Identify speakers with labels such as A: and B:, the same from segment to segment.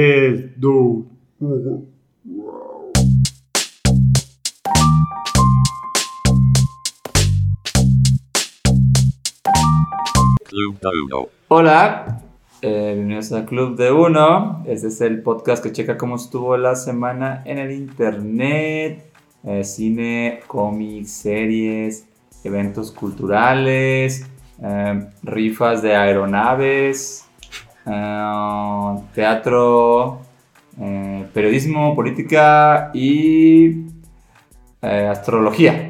A: 3, 2, 1.
B: Club de Uno.
C: Hola, eh, bienvenidos a Club de Uno. Este es el podcast que checa cómo estuvo la semana en el internet, eh, cine, cómics, series, eventos culturales, eh, rifas de aeronaves, eh, teatro, eh, periodismo, política y eh, astrología.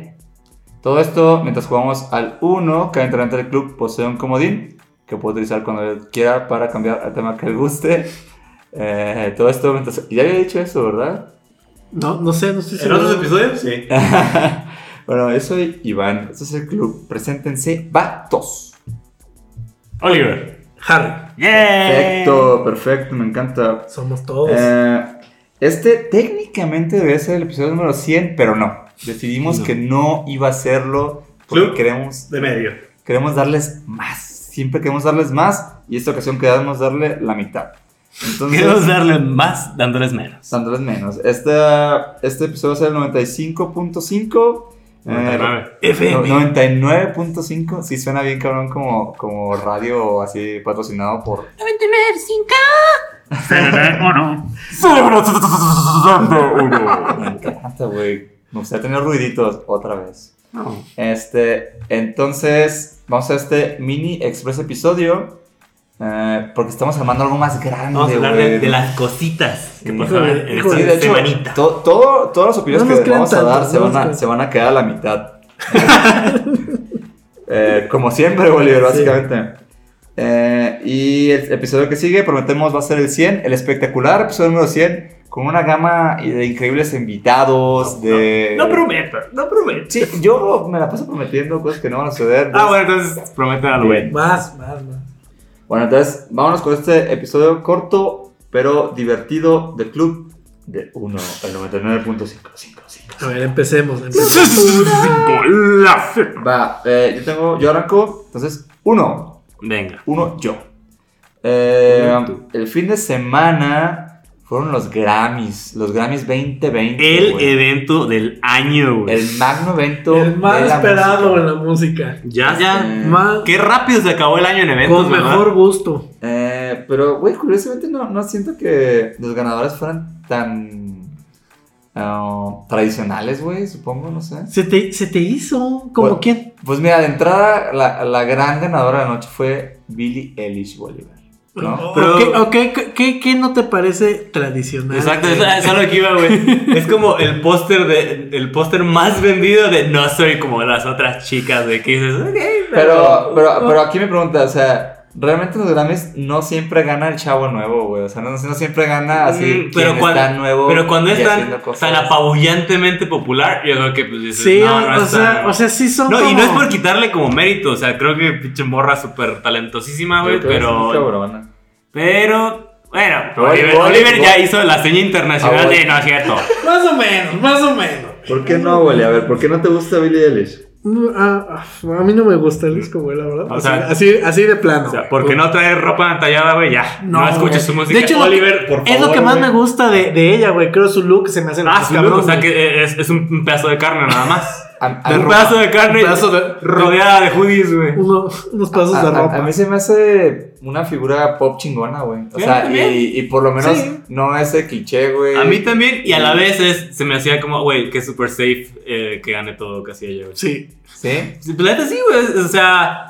C: Todo esto mientras jugamos al 1, cada integrante del club posee un comodín que puede utilizar cuando él quiera para cambiar al tema que le guste. Eh, todo esto mientras... Ya había dicho eso, ¿verdad?
D: No, no sé, no estoy
E: ¿En
D: seguro.
E: otros episodios? Sí.
C: bueno, yo soy Iván, este es el club. Preséntense, vatos.
A: Oliver.
D: Harry,
C: Perfecto, perfecto, me encanta.
D: somos todos.
C: Eh, este técnicamente debe ser el episodio número 100, pero no. Decidimos que no iba a serlo porque
E: Club.
C: queremos,
E: De medio.
C: queremos darles más. Siempre queremos darles más y esta ocasión queremos darle la mitad.
A: Queremos
C: Entonces,
A: darle más dándoles menos.
C: dándoles menos. Esta, este episodio es el 95.5. eh,
E: 99.
C: no-
D: FM.
C: 99.5. Sí, suena bien, cabrón, como, como radio así patrocinado por Me encanta, güey. Me gustaría tener ruiditos otra vez. Este, entonces, vamos a este mini express episodio. eh, porque estamos armando algo más grande,
E: Vamos a hablar
C: güey.
E: de, de las cositas que
C: Sí.
E: pasaron
D: Híjole,
E: en esta
C: Sí, de hecho,
E: semanita.
C: to- todo, todas las
D: No
C: opiniones
D: nos
C: que les
D: crean
C: vamos a
D: tanto,
C: dar
D: no
C: se, van
D: nos
C: a,
D: crean.
C: se van a quedar a la mitad. Eh, como siempre, Bolívar, básicamente. Eh, y el episodio que sigue, prometemos, va a ser el 100, el espectacular episodio número 100, con una gama de increíbles invitados, de...
E: No prometo, no prometo.
C: Sí, yo me la paso prometiendo cosas que no van a suceder.
E: Ah, bueno, entonces promete algo.
C: Bien.
D: Más, más, más.
C: Bueno, entonces, vámonos con este episodio corto, pero divertido del club de 1 al 99.555.
D: A ver, empecemos. empecemos.
C: Va, eh, yo tengo, yo arranco, entonces, uno,
E: Venga.
C: uno yo. Eh, el fin de semana fueron los Grammys, los Grammys 2020.
E: El
C: güey.
E: evento del año, güey.
C: el magno evento.
D: El más
C: de la
D: esperado en
C: música.
D: la música.
E: Ya, ya.
C: Eh,
D: Más,
E: Qué rápido se acabó el año en eventos,
D: con
E: ¿verdad?
D: mejor gusto.
C: Eh, pero, güey, curiosamente no, no siento que los ganadores fueran tan ah, tradicionales, güey, supongo, no sé.
D: Se te, se te hizo. ¿Como
C: Bueno.
D: quién?
C: Pues mira, de entrada, la, la gran ganadora de la noche fue Billie Eilish Bolívar.
D: Oh,
C: ¿no?
E: Pero-
D: Ok, ok, ¿qué- ¿qué, qué no te parece tradicional? Eh,
E: Exacto, es, es a lo que iba, güey. Es como el póster de el póster más vendido de no soy como las otras chicas de que dices, ok,
C: Pero, pero, pero aquí me pregunta, o sea, realmente los Grammys no siempre gana el chavo nuevo, güey. O sea, no, no siempre gana así.
E: Mm,
C: Ah,
E: pero,
C: quien
E: cuando,
C: está nuevo
E: pero cuando
C: y
E: es
C: haciendo
E: tan,
C: cosas.
E: tan apabullantemente popular, yo creo que pues dices,
D: Sí,
E: no,
D: o,
E: no
D: o
E: está-
D: sea, o sea, sí son.
E: No, y
D: como-
E: no es por quitarle como mérito, o sea, creo que pinche morra súper talentosísima, güey,
C: Yo creo que es muy
E: pero...
C: cabrona.
E: Pero, bueno,
C: Pero voy,
E: Oliver,
C: voy,
E: Oliver
C: voy.
E: ya hizo la seña
C: Ah,
E: internacional
C: voy.
E: de no es cierto.
D: Más o menos, más o menos.
C: ¿Por qué no, güey? A ver, ¿por qué no te gusta Billie Eilish?
D: No, ah, ah, a mí no me gusta el disco, güey, la verdad.
E: O
D: Así-
E: sea-
D: así, así de plano.
E: O sea,
D: güey.
E: porque no trae ropa entallada, güey, ya. No, escuches
D: güey.
E: su música.
D: De hecho, lo que-
E: Oliver, por favor.
D: es lo que más
E: güey.
D: me gusta de, de ella, güey. Creo su look se me hace lo
E: Ah,
D: más
E: su
D: cabrón,
E: look, o sea,
D: güey.
E: que es, es un pedazo de carne nada más.
C: A, a-
E: un pedazo de carne
D: Un pedazo de-
E: rodeada de hoodies, güey.
D: Uno- unos pedazos
C: a-
D: de
C: a-
D: ropa.
C: a mí se me hace una figura pop chingona, güey. O
E: Sí,
C: sea,
E: también.
C: y, y por lo menos
D: Sí.
C: no ese cliché, güey.
E: A mí también, y a la vez es- se me hacía como, güey, que es super safe eh, que gane todo casi ella, güey.
D: Sí.
C: Sí.
E: Sí, pues, la neta sí, güey, o sea.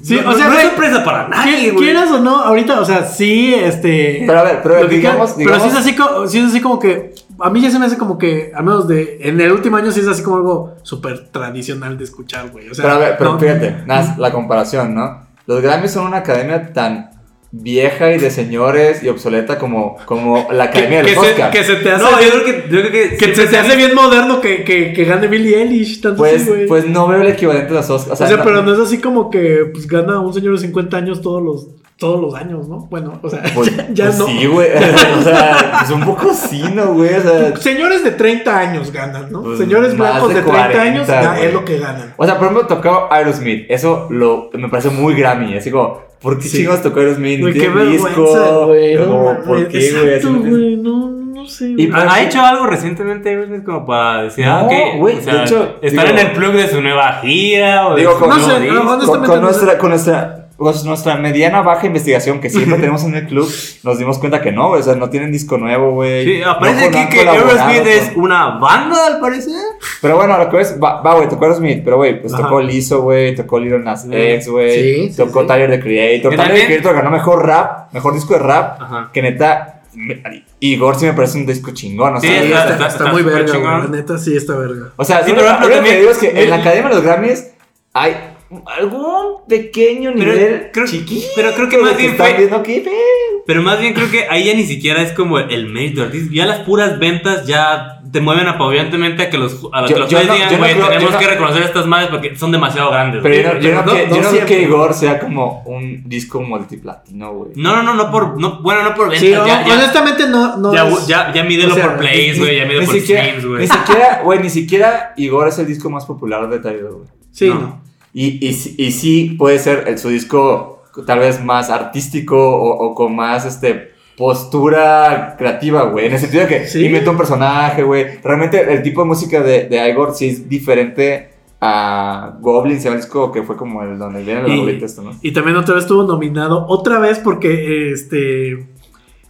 D: Sí,
E: no,
D: o sea,
E: no es
D: güey,
E: sorpresa para nadie,
D: Qui-
E: güey.
D: Quieras o no, ahorita, o sea, sí, este.
C: Pero a ver, pero
D: lo que quieras,
C: digamos,
D: pero sí
C: digamos-
D: es así como, sí es así como que. A mí ya se me hace como que, al menos de. En el último año sí es así como algo súper tradicional de escuchar, güey. O sea,
C: Pero a ver, pero
D: no,
C: fíjate, Nas, la comparación, ¿no? Los Grammys son una academia tan vieja y de señores y obsoleta como, como la academia del
D: que, se,
C: Oscar.
D: que se te hace.
E: No, yo creo que. Yo creo que,
D: que se te
E: siempre-
D: hace bien moderno que, que, que gane Billie Eilish, tanto
C: pues,
D: así, güey.
C: pues no veo el equivalente a los Oscars. O
D: O sea,
C: sea, no-
D: pero no es así como que pues, gana un señor de 50 años todos los, todos los años, ¿no? Bueno, o sea,
C: pues-
D: ya, ya
C: pues
D: no.
C: Sí, güey. o sea, pues un poco sí, ¿no, güey? O sea,
D: Señores de 30 años ganan, ¿no?
C: Pues,
D: Señores
C: más
D: blancos
C: de
D: de,
C: 40,
D: 30 años ga-
C: güey.
D: es lo que ganan.
C: o sea, por ejemplo, tocaba Aerosmith. Eso lo, me parece muy Grammy. Así como. ¿Por qué
D: Sí.
C: chingados tocó Aerosmith?
D: Güey, qué
C: Tiene un
D: vergüenza, güey. no
C: Como,
D: mames.
C: ¿Por qué, güey? Así
D: Exacto,
C: no tiene-
D: güey, no, no sé.
E: Y
D: güey.
E: pues, ha hecho algo recientemente Aerosmith como para decir, ah,
C: No,
E: ok,
C: güey,
E: o sea,
C: de hecho,
E: estar
C: digo-
E: en el plug de su nueva gira o de
C: Digo,
E: su
C: con-
E: nuevo
D: No sé,
E: disco.
D: no, no,
C: Con,
D: Honestamente,
C: con
D: no sé.
C: nuestra, con nuestra, con nuestra mediana baja investigación que siempre tenemos en el club, nos dimos cuenta que no, güey, o sea, no tienen disco nuevo, güey.
E: Sí,
C: No
E: aparece
C: con-
E: aquí
C: han
E: que
C: colaborado
E: Aerosmith
C: con-
E: es una banda, al parecer.
C: Pero bueno, lo que ves, va, va, güey, tocó Aerosmith, pero güey, pues
E: Ajá.
C: tocó Lizzo, güey, tocó Little Nas X, güey,
D: Sí, sí,
C: tocó
D: sí.
C: Tyler The Creator.
E: Que
C: Tyler The
E: también-
C: Creator ganó mejor rap, mejor disco de rap,
E: Ajá.
C: que neta, me- Igor sí me parece un disco chingón, o
E: Sí,
C: sea,
D: Sí,
E: está-
D: está,
E: está-
D: está
E: está
D: muy
E: súper
D: verga, güey.
E: chingón.
D: La neta sí está verga.
C: O sea,
E: Sí,
C: sí,
E: pero,
C: pero
E: por
C: también
E: ejemplo, también-
C: que digo es que en la
E: el-
C: Academia de los Grammys hay algún pequeño
E: Pero
C: nivel
E: creo-
C: chiquito.
E: pero creo que
C: de
E: más bien
C: están
E: fue-
C: viendo aquí, ve.
E: Pero más bien creo que ahí ya ni siquiera es como el mérito del disco. Ya las puras ventas ya te mueven apabulantemente a que los, a
C: Yo-
E: que los
C: yo
E: jueces
C: no- yo
E: digan,
C: no
E: güey,
C: creo-
E: tenemos
C: yo no-
E: que reconocer a estas madres porque son demasiado grandes.
C: Pero
E: güey.
C: yo no, yo no,
E: Pero
C: que- yo no creo
D: siempre.
C: que Igor sea como un disco multiplatino, güey.
E: No, no, no, no por. No, bueno, no por ventas.
D: Sí,
E: ya,
D: hon-
E: ya,
D: honestamente no. no
E: ya,
D: es-
E: ya- ya mídelo
D: o sea,
E: por plays,
C: Ni-
E: güey. Ya mídelo
C: ni
E: por
C: siquiera-
E: streams, güey.
C: Ni siquiera, güey, ni siquiera Igor es el disco más popular de Tyler, güey.
D: Sí,
E: no.
D: no.
C: Y, y, sí- y sí puede ser el- su disco tal vez más artístico o, o con más este postura creativa, güey. En el sentido de que
D: Sí.
C: inventa un personaje, güey. Realmente el tipo de música de, de Igor sí es diferente a Goblin, se llama el disco que fue como el donde viene
D: Y-
C: el bolita esto, ¿no?
D: Y también otra vez estuvo nominado, otra vez porque este.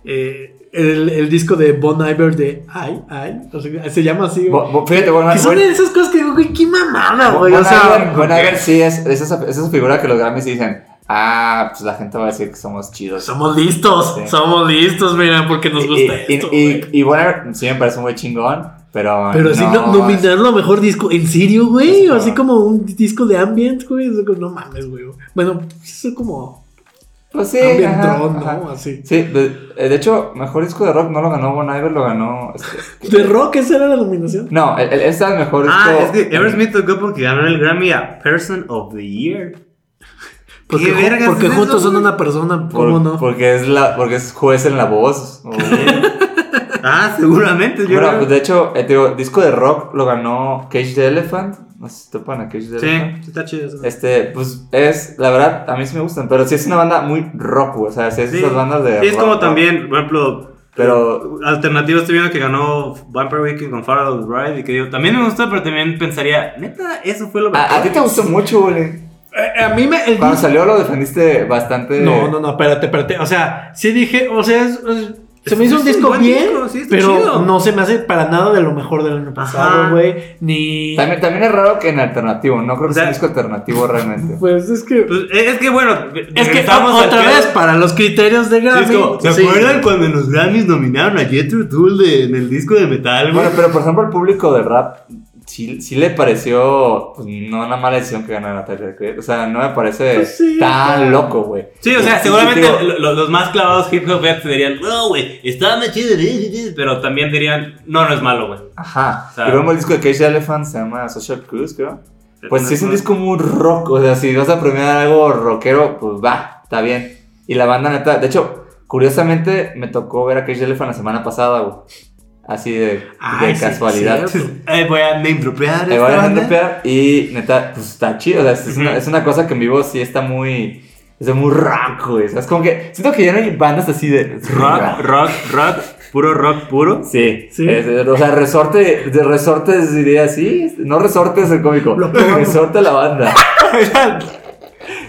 D: eh, el, el disco de Bon Iver de Ay, Ay, o sea, se llama así. güey.
C: Bo- bo- fíjate, bueno,
D: que son
C: bueno,
D: de esas cosas que digo, güey, qué mamada, güey.
C: Bon
D: o sea,
C: Iver- Bon Iver sí es, es esa, es esa figura que los Grammys dicen, ah, pues la gente va a decir que somos chidos.
D: somos listos,
C: Sí.
D: somos listos, mira, porque nos
C: y,
D: gusta
C: y,
D: esto.
C: y-
D: güey.
C: y Bon Iver sí me parece muy chingón, pero
D: Pero así no,
C: no es-
D: nominarlo a mejor disco, ¿en serio, güey?
C: Así
D: O así
C: no.
D: como un disco de ambient, güey. es como, No mames, güey. Bueno, eso es como
C: Pues sí.
D: ambient
C: ajá,
D: drone, ¿no?
C: ajá.
D: Así.
C: Sí, de, eh, de hecho, mejor disco de rock no lo ganó Bon Iver, lo ganó. este-
D: ¿De rock esa era la nominación?
C: No, el, el- esta es el mejor
E: Ah, es
C: disco.
E: que Eversmith tocó porque ganó el Grammy a Person of the Year.
D: Porque,
E: ¿Qué
D: ju-
E: vergas
D: porque
E: es eso,
D: juntos son
E: güey?
D: una persona,
C: por-
D: ¿cómo no?
C: Porque es, la, porque es juez en la voz. o-
E: Ah, seguramente. Yo
C: Bueno,
E: creo.
C: pues de hecho, eh, te digo, disco de rock lo ganó Cage the Elephant. No sé si topan a Cage the Elephant.
E: Sí, está chido. eso.
D: Eh,
C: Este, pues es, la verdad, a mí sí me gustan, pero sí es una banda muy rock, güey, o sea, sí es
E: Sí.
C: esas bandas de.
E: Sí, es
C: rock,
E: como
C: rock.
E: también, por ejemplo,
C: Pero-
E: alternativo estoy viendo que ganó Vampire Weekend con Farrell Ride y que digo, también me gusta, pero también pensaría, neta, eso fue lo mejor.
C: A, a ti te gustó mucho, güey.
D: Eh, a mí me. el
C: Cuando
D: dis-
C: salió lo defendiste bastante.
D: no, no, no, espérate, espérate. O sea, sí dije, o sea, es- es- se me
E: Es-
D: hizo
E: es
D: un
E: un
D: disco
E: buen
D: bien,
E: disco, sí, está
D: pero
E: chido.
D: no se me hace para nada de lo mejor del año
E: Ajá.
D: pasado, güey. Ni.
C: También, también es raro que en alternativo, no creo
E: O
C: que
E: sea-
C: sea un disco alternativo realmente.
D: Pues es que.
E: Pues, es es que bueno,
D: es que
E: regresamos al
D: otra
E: pedo.
D: vez, para los criterios de
E: Sí, es
D: Grammy.
E: como, ¿Se
D: sí.
E: acuerdan cuando en los Grammys nominaron a Jethro Tull de- en el disco de metal, güey?
C: Bueno, pero por ejemplo, al público de rap sí, sí le pareció pues, no una mala decisión que ganara Tyler Creator. O sea, no me parece
D: Pues sí,
C: tan
D: claro.
C: loco, güey.
E: Sí, o sea,
C: Y-
E: seguramente
C: y digo,
E: lo- lo- los más clavados hip hop heads dirían, no, güey, estaba más chido, eh, eh, eh", pero también dirían, no, no es malo, güey.
C: Ajá.
E: o sea-
C: y luego el disco de Cage the Elephant se llama Social Cruise, creo. Pues
E: No
C: sí es un
E: malo.
C: disco muy rock. O sea, si vas a premiar algo rockero, pues va, está bien. Y la banda neta, de hecho, curiosamente me tocó ver a Cage the Elephant la semana pasada, güey. Así de,
D: Ay,
C: de
D: sí,
C: casualidad.
D: cierto.
E: Eh, voy a name dropear
C: Me
E: esta
C: voy a
E: banda.
C: romper y neta, pues está chido. O sea, es, una,
E: Ujú.
C: es una cosa que en vivo sí está muy. Es muy rock, güey. O sea, es como que. Siento que ya no hay bandas así de.
E: Rock, rock, rock, puro rock, puro.
C: Sí,
D: Sí.
C: Es- es- o sea, resorte, de resortes diría así, no resortes el cómico,
D: Lo peor.
C: resorte la banda.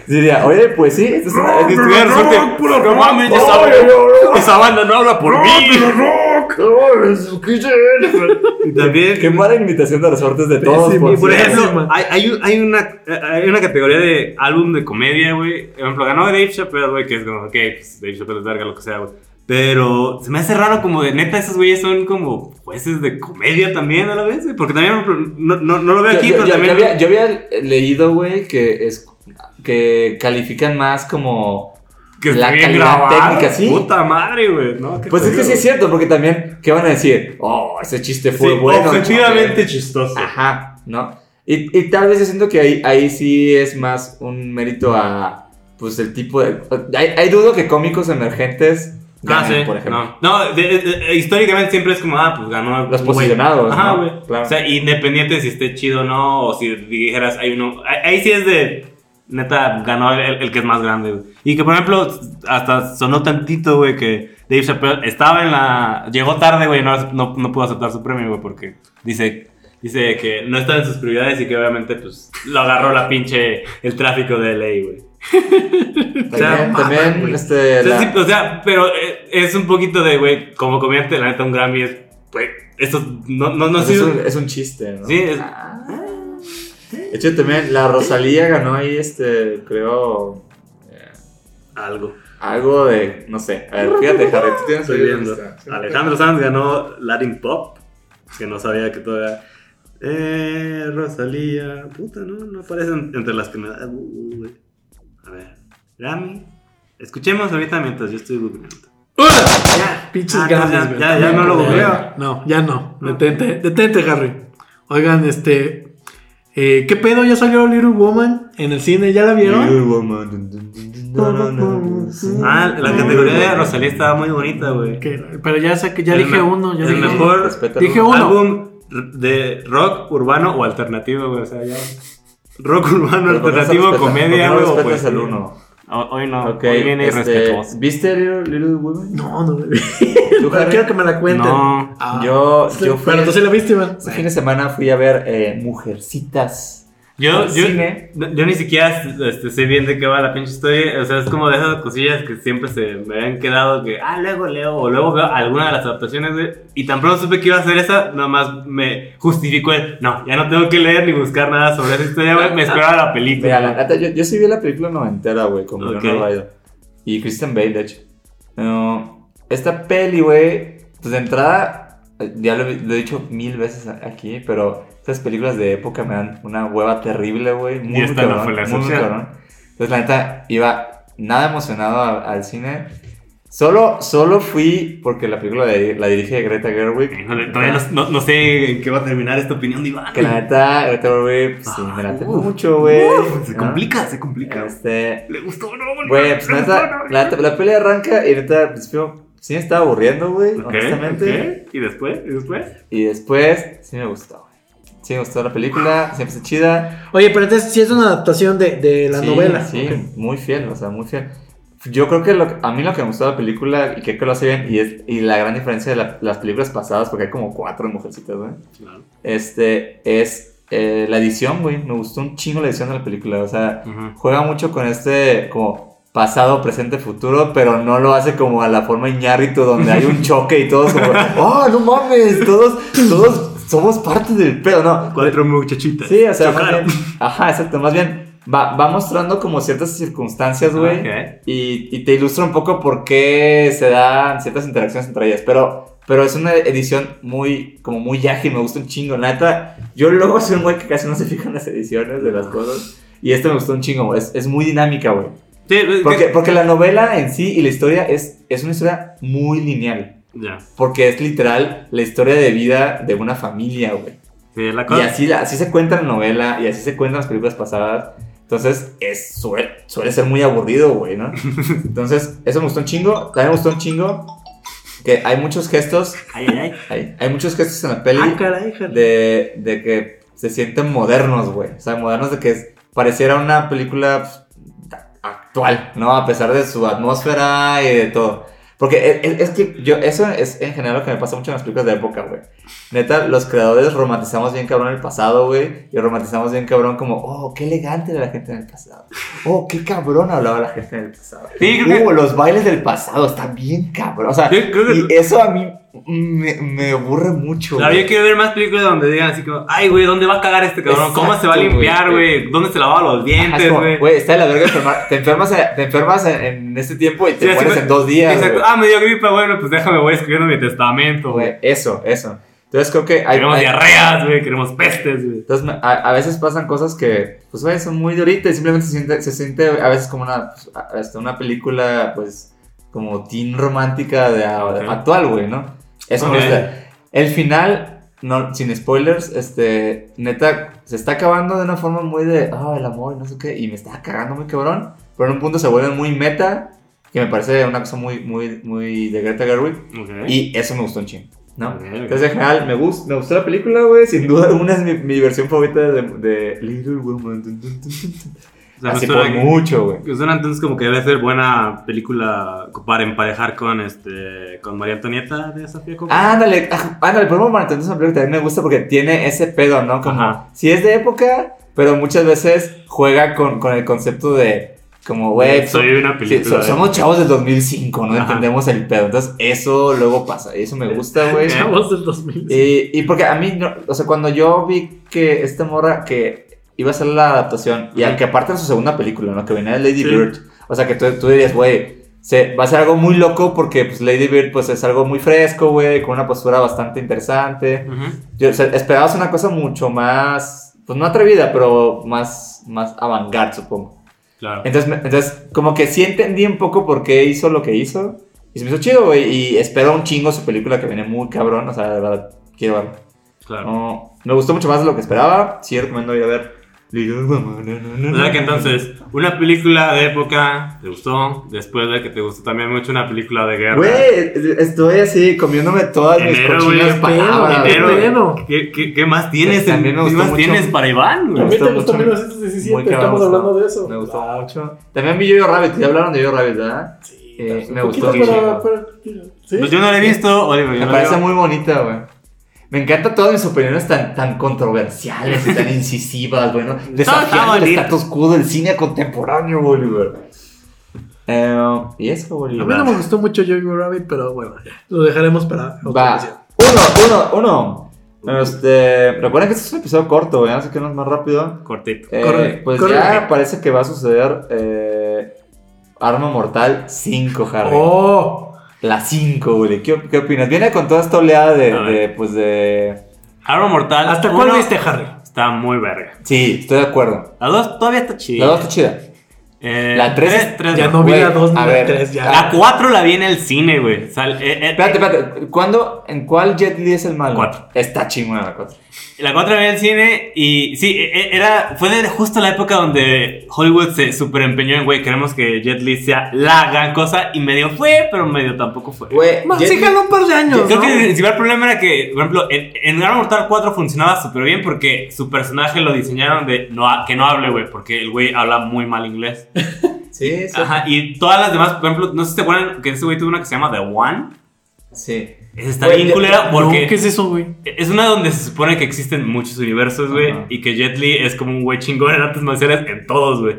C: diría, oye, pues sí, esto es una, Oh, es-
E: Estuviera
C: es-
E: resorte.
A: puro
E: No mames, ya
C: Oye,
E: saben.
C: oye, oye,
E: Esa banda no
C: Ah,
E: habla por mí.
C: rock, oye, es- qué chévere.
E: También-
C: Qué mala imitación de resortes de todos.
D: Pésimo,
C: por
E: Por
C: cierto.
E: ejemplo, hay, hay, un- hay una, hay una categoría de álbum de comedia, güey. Por ejemplo, ganó Dave Chappelle, güey, que es como, ok, pues Dave Chappelle es verga, lo que sea, güey. Pero se me hace raro como de neta esos güeyes son como jueces de comedia también a la vez, güey. Porque también por ejemplo, no, no, no lo veo
C: Yo-
E: aquí,
C: yo,
E: pero
C: yo-
E: también...
C: yo había, yo había leído, güey, que es que califican más como
E: que
C: la
E: está bien
C: calidad
E: grabado.
C: técnica, sí.
E: Puta madre, güey. ¿no? Qué
C: Pues es que
E: pedo.
C: sí es cierto, porque también, ¿qué van a decir? Oh, ese chiste fue
E: Sí,
C: bueno.
E: Objetivamente chistoso.
C: Ajá, ¿no? Y, y tal vez yo siento que ahí, ahí sí es más un mérito a, pues, el tipo de... Hay, hay dudo que cómicos emergentes
E: Ah,
C: ganen,
E: sí.
C: por ejemplo.
E: No, no de- de- de- históricamente siempre es como, ah, pues ganó.
C: Los
E: un güey.
C: posicionados,
E: Ajá,
C: ¿no?
E: güey.
C: Claro.
E: O sea, independiente si esté chido o no, o si dijeras, hay uno. ahí- Ahí sí es de. Neta, ganó el, el que es más grande, güey. Y que, por ejemplo, hasta sonó tantito, güey, que Dave Chappelle estaba en la... Llegó tarde, güey, no, no, no pudo aceptar su premio, güey, porque dice, dice que no estaba en sus prioridades y que obviamente, pues, lo agarró la pinche... el tráfico de LA, güey.
C: También,
E: sea,
C: también,
D: güey.
C: este,
E: O sea,
C: la-
E: sí, o sea, pero eh, es un poquito de, güey, como comediante, la neta, un Grammy es, güey, esto no, no, no ha
C: pues es,
E: sido...
C: un, es un chiste, ¿no? Ah.
E: Sí, es-
C: De hecho, también la Rosalía ganó ahí, este, creo, eh,
E: algo.
C: algo de, no sé. A ver, fíjate, Harry, tú tienes
E: Estoy
C: ahí
E: viendo.
C: dónde está.
E: Alejandro Sanz ganó Latin Pop, que no sabía que todavía... Eh, Rosalía, puta, no, no aparecen entre las que me... ah, uh, güey. A ver, Grammy. Escuchemos ahorita mientras yo estoy googleando.
D: ¡Ugh!
E: Ya,
D: Pinches
E: Ah,
D: ganas,
E: ya,
D: güey.
E: ya, ya no lo googleo.
D: No, ya no. Detente, detente, Harry. Oigan, este. eh, ¿Qué pedo? Ya salió Little Woman en el cine, ¿ya la vieron?
C: Little woman, dun, dun, dun, dun, dun, dun, dun.
E: Ah, la categoría de Rosalía estaba muy bonita, güey.
D: Que- pero ya sé que ya
E: El
D: dije
E: me-
D: uno. Ya
E: el
D: dije
E: mejor
C: Respeta
D: Dije
C: los-
D: uno.
E: álbum de rock urbano o alternativo, güey. O sea, ya. Rock urbano,
C: Pero ¿por qué no
E: alternativo,
C: respetas-
E: comedia,
C: ¿por qué
E: güey.
C: no
E: o
C: respetas al
E: poesía?
C: uno.
E: Ho- Hoy no,
C: Ok,
E: hoy viene
C: este,
E: irrespetuoso.
C: ¿Viste Little, Little Woman?
D: No, no la vi.
C: ¿Tú,
D: Pero
C: Harry?
D: quiero que me la cuenten.
E: No.
D: Ah.
C: Yo,
D: Sí,
C: yo fui.
D: Pero tú sí la viste, Iván.
C: Este fin de semana fui a ver eh, Mujercitas.
E: Yo,
C: al
E: yo,
C: cine.
E: yo ni siquiera este, sé bien de qué va la pinche historia. O sea, es como de esas cosillas que siempre se me habían quedado que, ah, luego leo o luego veo alguna de las adaptaciones, güey. Y tan pronto supe que iba a hacer esa, nomás me justificó el, no, ya no tengo que leer ni buscar nada sobre esa historia, güey. Me esperaba la película.
C: Mira, la neta, yo, yo sí vi la película noventera, güey, con
E: Ok.
C: Leonardo Biden. Y Kristen Bale, de hecho. No, esta peli, güey, pues de entrada, eh, ya lo, he- lo he dicho mil veces a- aquí, pero estas películas de época me dan una hueva terrible, güey. Muy,
E: Y esta
C: muy
E: no
C: cabrón,
E: fue la
C: muy, muy
E: excepción.
C: cabrón. Entonces, la neta, iba nada emocionado a- al cine. Solo, solo fui porque la película de- la dirige Greta Gerwig.
E: Híjole, todavía no, no- no sé en qué va a terminar esta opinión de Iván.
C: Que la neta, Greta Gerwig, pues sí, me la tengo mucho, güey.
E: Ah, Uf, se
C: ¿no?
E: complica, se complica.
C: Este,
E: Le gustó, o no,
C: güey, pues
E: Le gustó,
C: neta,
E: no,
C: la, la pelea arranca y neta, al principio sí me estaba aburriendo, güey,
E: Ok,
C: honestamente.
E: ok. ¿Y después? ¿Y después?
C: Y después sí me gustó, güey. Sí me gustó la película, siempre está chida.
D: Oye, pero entonces sí es una adaptación de, de la
C: Sí,
D: novela.
C: Sí,
D: Ok.
C: muy fiel, o sea, muy fiel. Yo creo que lo, que- a mí lo que me gustó de la película y creo que lo hace bien y, es, y la gran diferencia de la- las películas pasadas, porque hay como cuatro mujercitas, güey. Este es eh, la edición, güey. Me gustó un chingo la edición de la película. O sea,
E: Ujú.
C: juega mucho con este como pasado, presente, futuro, pero no lo hace como a la forma Iñárritu donde hay un choque y todos como, "Oh, no mames, todos todos somos parte del pedo", no.
E: Cuatro muchachitas.
C: Sí, o sea, más
E: Chocaron.
C: bien- ajá, exacto, más bien va, va mostrando como ciertas circunstancias, güey,
E: Ah, Ok.
C: y, y te ilustra un poco por qué se dan ciertas interacciones entre ellas, pero pero es una edición muy como muy ágil, me gusta un chingo, la neta. Yo luego soy un güey que casi no se fija en las ediciones de las cosas. Y este me gustó un chingo, güey, es, es muy dinámica, güey.
E: Sí, Ah. es que-
C: Porque, porque la novela en sí y la historia es, es una historia muy lineal.
E: Ya.
C: Porque es literal la historia de vida de una familia, güey.
E: Sí, es la
C: Y
E: cosa.
C: así, la- así se cuenta la novela y así se cuentan las películas pasadas. Entonces, es, suele, suele ser muy aburrido, güey, ¿no? Entonces, eso me gustó un chingo. También me gustó un chingo que hay muchos gestos.
E: Ay, ay, ay.
C: Hay, hay muchos gestos en la peli
D: Ah, caray, Harry.
C: de, de que se sienten modernos, güey. O sea, modernos de que es- pareciera una película pues, actual, ¿no? A pesar de su atmósfera y de todo. Porque e- e- es, que yo, eso es en general lo que me pasa mucho en las películas de época, güey. Neta, los creadores romantizamos bien cabrón el pasado, güey. Y romantizamos bien cabrón como, oh, qué elegante era la gente en el pasado. Oh, qué cabrón hablaba la gente en el pasado.
E: Sí, creo que-
C: Uh, los bailes del pasado están bien cabrón. O sea,
E: Yo creo que-
C: y eso a mí me, me aburre mucho.
E: Claro,
C: güey.
E: yo quiero ver más películas donde digan así como, ay, güey, ¿dónde va a cagar este cabrón? ¿Cómo
C: Exacto,
E: se va a limpiar,
C: güey.
E: güey? ¿Dónde se lavaba los
C: Ajá, es
E: dientes,
C: como,
E: güey?
C: Güey, está de la verga enfermar. Te enfermas, eh, te enfermas en, en este tiempo y te
E: Sí, así
C: mueres
E: fue-
C: en dos días.
E: Exacto.
C: güey.
E: Ah, me dio gripa, bueno, pues déjame, voy escribiendo mi testamento, güey.
C: Güey, eso, eso. Entonces creo que hay,
E: Queremos
C: hay-
E: diarreas, güey, queremos pestes, güey.
C: entonces, a, a veces pasan cosas que, pues, güey, son muy de ahorita y simplemente se siente, se siente a veces como una, pues, a- hasta una película, pues, como teen romántica de, a-
E: Ok.
C: actual, güey, ¿no? Eso me
E: Ok.
C: gusta. El final, no, sin spoilers, este, neta, se está acabando de una forma muy de, ah, el amor y no sé qué, y me está cagando muy cabrón, pero en un punto se vuelve muy meta, que me parece una cosa muy, muy, muy de Greta Gerwig,
E: Ok.
C: y eso me gustó un chingo, ¿no?
E: Ok, ok.
C: Entonces, en general, me, gust- me gustó la película, güey. Sin duda alguna es mi, mi versión favorita de, de Little Woman. Dun, dun, dun, dun, dun.
E: sea, me
C: Así
E: suena
C: por
E: que-
C: mucho, güey.
E: que Suena entonces como que debe ser buena película para emparejar con este con María Antonieta de Sofía Coppola.
C: Ándale, ah, ándale, por favor, entonces una película que también me gusta porque tiene ese pedo, ¿no? Como,
E: Ajá.
C: si es de época, pero muchas veces juega con, con el concepto de, como, güey, pues,
E: soy una
C: sí,
E: película.
C: so-
E: de-
C: somos chavos del 2005, no
E: Ajá. Eh,
C: entendemos el pedo. Entonces, eso luego pasa, y eso me gusta, güey.
D: Chavos del 2000.
C: Y, y porque a mí, no- o sea, cuando yo vi que esta morra que iba a hacer la adaptación, y a- que aparte era su segunda película, ¿no? Que venía de Lady
E: Sí.
C: Bird, o sea, que tú, tú dirías, güey, se, va a ser algo muy loco porque pues Lady Bird pues es algo muy fresco, güey, con una postura bastante interesante.
E: Ujú.
C: Yo, o sea, esperabas una cosa mucho más, pues no atrevida, pero más, más avant-garde, supongo.
E: Claro.
C: Entonces, me- entonces, como que sí entendí un poco por qué hizo lo que hizo. Y se me hizo chido, güey. Y espero un chingo su película que viene muy cabrón. O sea, de verdad, quiero verla.
E: Claro.
C: No, me gustó mucho más de lo que esperaba. Sí, recomiendo ir a ver. oh.
E: O sea que entonces, una película de época te gustó, después de que te gustó también mucho una película de guerra.
C: Güey, estoy así comiéndome todas mis
E: Enero,
C: cochinas
E: güey,
C: palabras.
E: enero,
C: güey.
D: pedo?
E: ¿Qué, qué, qué más tienes?
C: Sí, también me
E: en- ¿Qué
C: gustó
E: más
C: mucho.
E: tienes para Iván? güey?
D: También
C: Me
D: te
C: gustó
D: gustó
C: mucho. Muy
D: 1917,
C: cabrón,
D: estamos hablando
C: ¿no?
D: de eso.
C: Me gustó
D: Ah,
C: mucho. También vi Yo-Yo Rabbit. Ya hablaron de Yo-Yo Rabbit, ¿verdad?
D: sí,
C: Eh,
D: pues, un
C: me gustó
D: poquito,
C: mucho.
D: pero- pero- ¿sí?
E: Pues yo no la he visto, Oliver. yo
C: Me
E: no la
C: parece
E: veo.
C: muy bonita, güey. Me encantan todas mis opiniones tan, tan controversiales y tan incisivas, güey. ¿no?
E: está
C: Desafiando el
E: bonito.
C: status quo del cine contemporáneo, Bolívar. Eh, y eso,
D: A mí
C: Bolívar.
D: no me gustó mucho Jojo Rabbit, pero bueno, ya. Lo dejaremos para otra
C: Va.
D: ocasión.
C: Uno, uno, uno. Este, recuerden que este es un episodio corto, güey. Así que no es más rápido.
E: Cortito.
C: Eh,
D: Corre,
C: pues
D: corre.
C: ya parece que va a suceder eh, Arma Mortal 5, Harry.
D: Oh,
C: La 5, güey. ¿Qué, qué opinas? Viene con toda esta oleada de,
E: A
C: de,
E: ver.
C: pues de...
E: Arrow Mortal.
D: ¿hasta cuándo
E: uno,
D: viste Harry?
E: Está muy verga.
C: Sí, estoy de acuerdo.
E: La 2 todavía está chida.
C: La 2 está chida.
E: Eh,
C: La tres es-
D: Ya no
E: no.
D: vi la
C: Güey,
D: 2 ni
C: a
D: la
C: ver,
D: 3 ya.
E: La 4 la vi en el cine, güey. Sal- eh, eh,
C: Espérate, espérate. ¿Cuándo, ¿En cuál Jet Li es el malo?
E: Cuatro.
C: Está chingona la 4.
E: La 4 la vi en el cine y sí, e- e- era, fue de justo la época donde Hollywood se super empeñó en, güey, queremos que Jet Li sea la gran cosa y medio fue, pero medio tampoco fue.
C: Güey,
D: Más,
C: Jet
D: sí,
C: Li-
D: jaló un par de años.
E: Creo
D: ¿no?
E: que el principal problema era que, por ejemplo, en, en Gran Mortal 4 funcionaba súper bien porque su personaje lo diseñaron de no, ha- que no hable, güey, porque el güey habla muy mal inglés.
C: Sí, sí.
E: Ajá, y todas las demás, por ejemplo, no sé si te acuerdan que ese güey tuvo una que se llama The One.
C: Sí.
E: Esa está
C: Güey,
E: bien
C: ya-
E: culera
D: No,
E: porque...
D: ¿Qué es eso, güey?
E: Es una donde se supone que existen muchos universos, güey.
C: Ajá.
E: Y que Jet Li es como un güey chingón en artes marciales en todos, güey.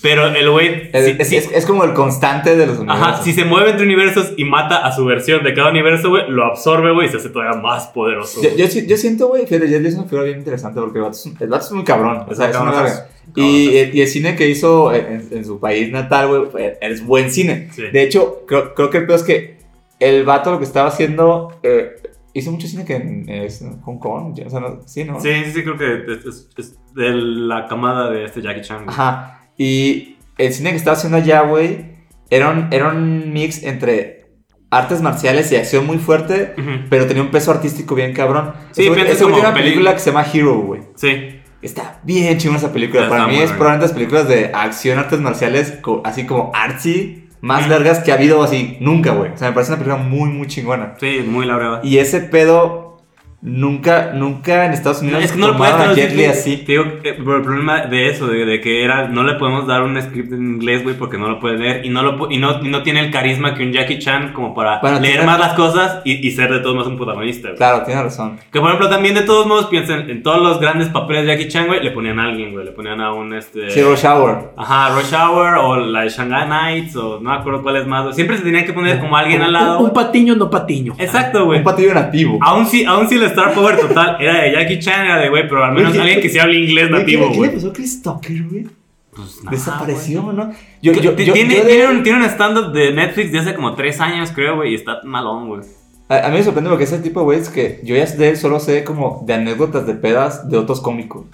E: Pero el güey.
C: Es,
E: si-
C: es-
E: si-
C: es- es como el constante de los universos.
E: ajá, si se mueve entre universos y mata a su versión de cada universo, güey, lo absorbe, güey, y se hace todavía más poderoso.
C: Yo,
E: güey.
C: yo sí- yo siento, güey, fíjate, Jet Li es una figura bien interesante porque el vato es, un- el vato es muy cabrón. O sea, es una
E: Cabronazo.
C: verga. y, eh, y el cine que hizo en, en su país natal, güey, fue- es buen cine.
E: Sí.
C: De hecho, creo, creo que el peor es que el vato lo que estaba haciendo eh, hizo mucho cine que en, es en Hong Kong. O sea, no- sí, ¿no?
E: Sí, sí, sí, creo que es, es- es de la camada de este Jackie Chan. güey.
C: Ajá. Y el cine que estaba haciendo allá, güey, era un, era un mix entre artes marciales y acción muy fuerte,
E: Ujú.
C: pero tenía un peso artístico bien cabrón.
E: Sí,
C: Ese güey-
E: piensa
C: ese güey
E: como
C: tiene una
E: peli-
C: película que se llama Hero, güey.
E: Sí,
C: Está bien chingona esa película.
E: Está
C: Para mí
E: muy
C: es
E: buena.
C: probablemente las películas de acción, artes marciales, co- así como artsy, más
E: Mm.
C: largas que ha habido así nunca, güey. O sea, me parece una película muy, muy chingona.
E: sí, muy la brava.
C: Y ese pedo nunca, nunca en Estados
E: No,
C: Unidos
E: es que no le puedes
C: tomaron a
E: dar un
C: Jet Li
E: script.
C: así.
E: Te digo, eh, pero el problema de eso, de, de que era, no le podemos dar un script en inglés, güey, porque no lo puede leer y no, lo, pu- y no, y no tiene el carisma que un Jackie Chan como para
C: Bueno,
E: leer
C: tiene-
E: más las cosas y, y ser de todos modos un protagonista, güey.
C: Claro, tiene razón.
E: Que por ejemplo, también de todos modos piensen en todos los grandes papeles de Jackie Chan, güey, le ponían a alguien, güey, le ponían a un este.
C: Hero Shower.
E: Ajá, Rush Hour o la de Shanghai Nights o no me acuerdo cuál es más, güey. Siempre se tenían que poner como alguien al lado.
D: Un,
E: güey.
D: un patiño, no patiño. Ah,
E: Exacto, güey. Ah,
C: Un patillo nativo.
E: Aún si, aún si el Star Power total era de Jackie Chan, era de güey, pero al menos
C: Güey, ¿qué-
E: alguien que sí hable inglés
C: Güey, ¿qué-
E: nativo,
C: ¿Qué le
E: güey.
C: pasó a Chris Tucker, güey?
E: Pues nada,
C: Desapareció,
E: güey.
C: ¿no? Yo, yo,
E: Ti-
C: yo-
E: tiene,
C: yo de-
E: tiene un, tiene un stand-up de Netflix de hace como tres años, creo, güey, y está malón, güey.
C: A, a mí me sorprende porque ese tipo, güey, es que yo ya de él solo sé como de anécdotas de pedas de otros cómicos.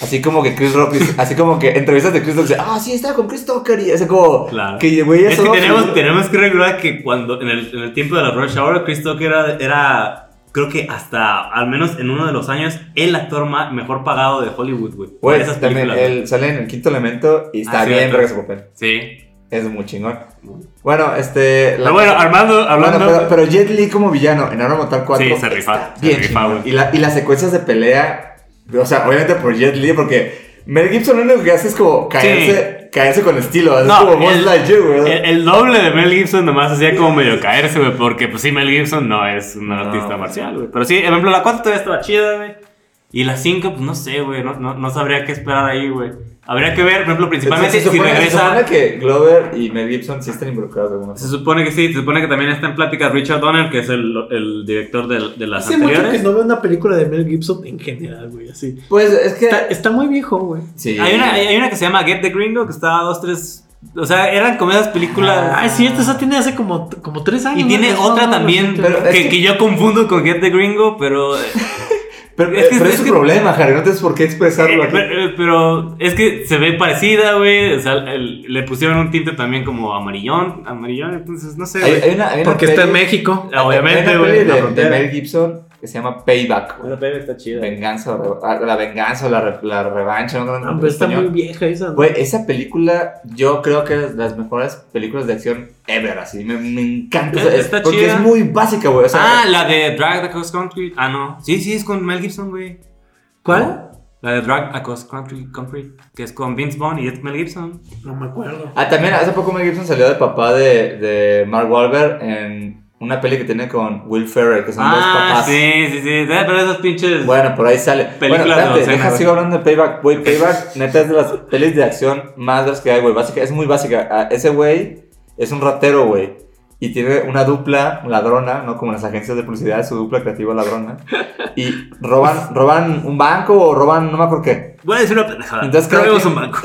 C: Así como que Chris Rock, dice- así como que entrevistas de Chris Rock, dice, ah, sí, estaba con Chris Tucker y ese como...
E: Claro.
C: Que, güey,
E: Es que
C: solo-
E: tenemos, tenemos que recordar que cuando, en el, en el tiempo de la Rush Hour, Chris Tucker era, era, creo que hasta, al menos en uno de los años, el actor ma- mejor pagado de Hollywood, güey. por
C: Güey,
E: esas
C: Pues, también
E: películas, güey.
C: él sale en el quinto elemento y está
E: Ah,
C: bien
E: cierto.
C: verga su papel.
E: Sí.
C: Es muy chingón. Bueno, este... la-
E: Pero bueno, Armando, hablando...
C: Bueno, pero, pero Jet Li como villano en Arma Mortal 4.
E: Sí, se rifa,
C: está
E: se
C: Bien,
E: rifa,
C: chingón.
E: güey.
C: y, la- y las secuencias de pelea. O sea, obviamente por Jet Li, porque Mel Gibson lo único que hace es como caerse, caerse con estilo. Es como Buzz
E: el,
C: Lightyear, güey.
E: el- el doble de Mel Gibson nomás hacía como medio caerse, güey, porque pues sí, Mel Gibson no es un artista marcial, güey. Pero sí, por ejemplo, la 4 todavía estaba chida, güey. Y la 5, pues no sé, güey, no, no, no sabría qué esperar ahí, güey. Habría que ver, por ejemplo, principalmente
C: Entonces, se supone-
E: si
C: Se
E: regresa...
C: supone que Glover y Mel Gibson sí están involucrados de alguna
E: Se
C: forma.
E: supone que sí, se supone que también está en plática Richard Donner, que es el, el director de, de las
D: Hace mucho que
E: anteriores.
D: no veo una película de Mel Gibson en general, güey, así.
C: Pues es que.
D: Está, está muy viejo, güey.
C: Sí.
E: Hay una, hay una que se llama Get the Gringo, que está a dos, tres... O sea, eran como esas películas...
D: Ay, sí, esta esa tiene hace como, como tres años.
E: Y tiene
D: ¿no?
E: otra
D: No, no,
E: también
D: no,
C: pero es
E: que,
C: que-
E: que yo confundo con Get the Gringo, pero.
C: Pero, eh,
E: es que-
C: pero
E: es
C: es tu
E: que-
C: problema, Harry. No tienes por qué expresarlo aquí.
E: Eh, pero, pero es que se ve parecida, güey. O sea, el- le pusieron un tinte también como amarillón. Amarillón, entonces no sé.
C: Hay,
E: güey.
C: hay una, hay una
D: Porque está en
C: peli-
D: México.
C: hay una
E: Obviamente,
C: peli
E: güey. la
C: de- De,
E: frontera.
C: Mel Gibson que se llama Payback. güey.
E: Pero Pepe está chida.
C: Venganza, o re- ah, la venganza o la, re- la revancha. No,
E: Ah,
D: No,
E: pues
D: pero está muy vieja esa. ¿no?
C: Güey, esa película yo creo que es de las mejores películas de acción ever, así, me, me encanta. o sea,
E: Está
C: es- porque
E: chida.
C: es muy básica, güey. O sea,
E: Ah, la de Drag Across Country. Ah, no. Sí, sí, es con Mel Gibson, güey.
D: ¿Cuál?
E: La de Drag Across Country, Country, que es con Vince Vaughn y es Mel Gibson.
D: No me acuerdo.
C: ah, también hace poco Mel Gibson salió de papá de, de Mark Wahlberg en una peli que tiene con Will Ferrell, que son dos
E: Ah,
C: papás.
E: sí, sí, sí. Eh, Pero esos pinches.
C: Bueno, por ahí sale.
E: Película
C: bueno,
E: de
C: espérate,
E: docena,
C: deja,
E: güey.
C: sigo hablando de Payback. Güey, Payback, neta, es de las pelis de acción más las que hay, güey. Básica, es muy básica. Ah, Ese güey es un ratero, güey. Y tiene una dupla ladrona, ¿no? Como en las agencias de publicidad, es su dupla creativa ladrona. Y roban, roban un banco o roban, no me acuerdo qué.
E: Voy a decir una pendejada.
C: Entonces,
E: Pero
C: creo
E: vemos
C: que-
E: un banco.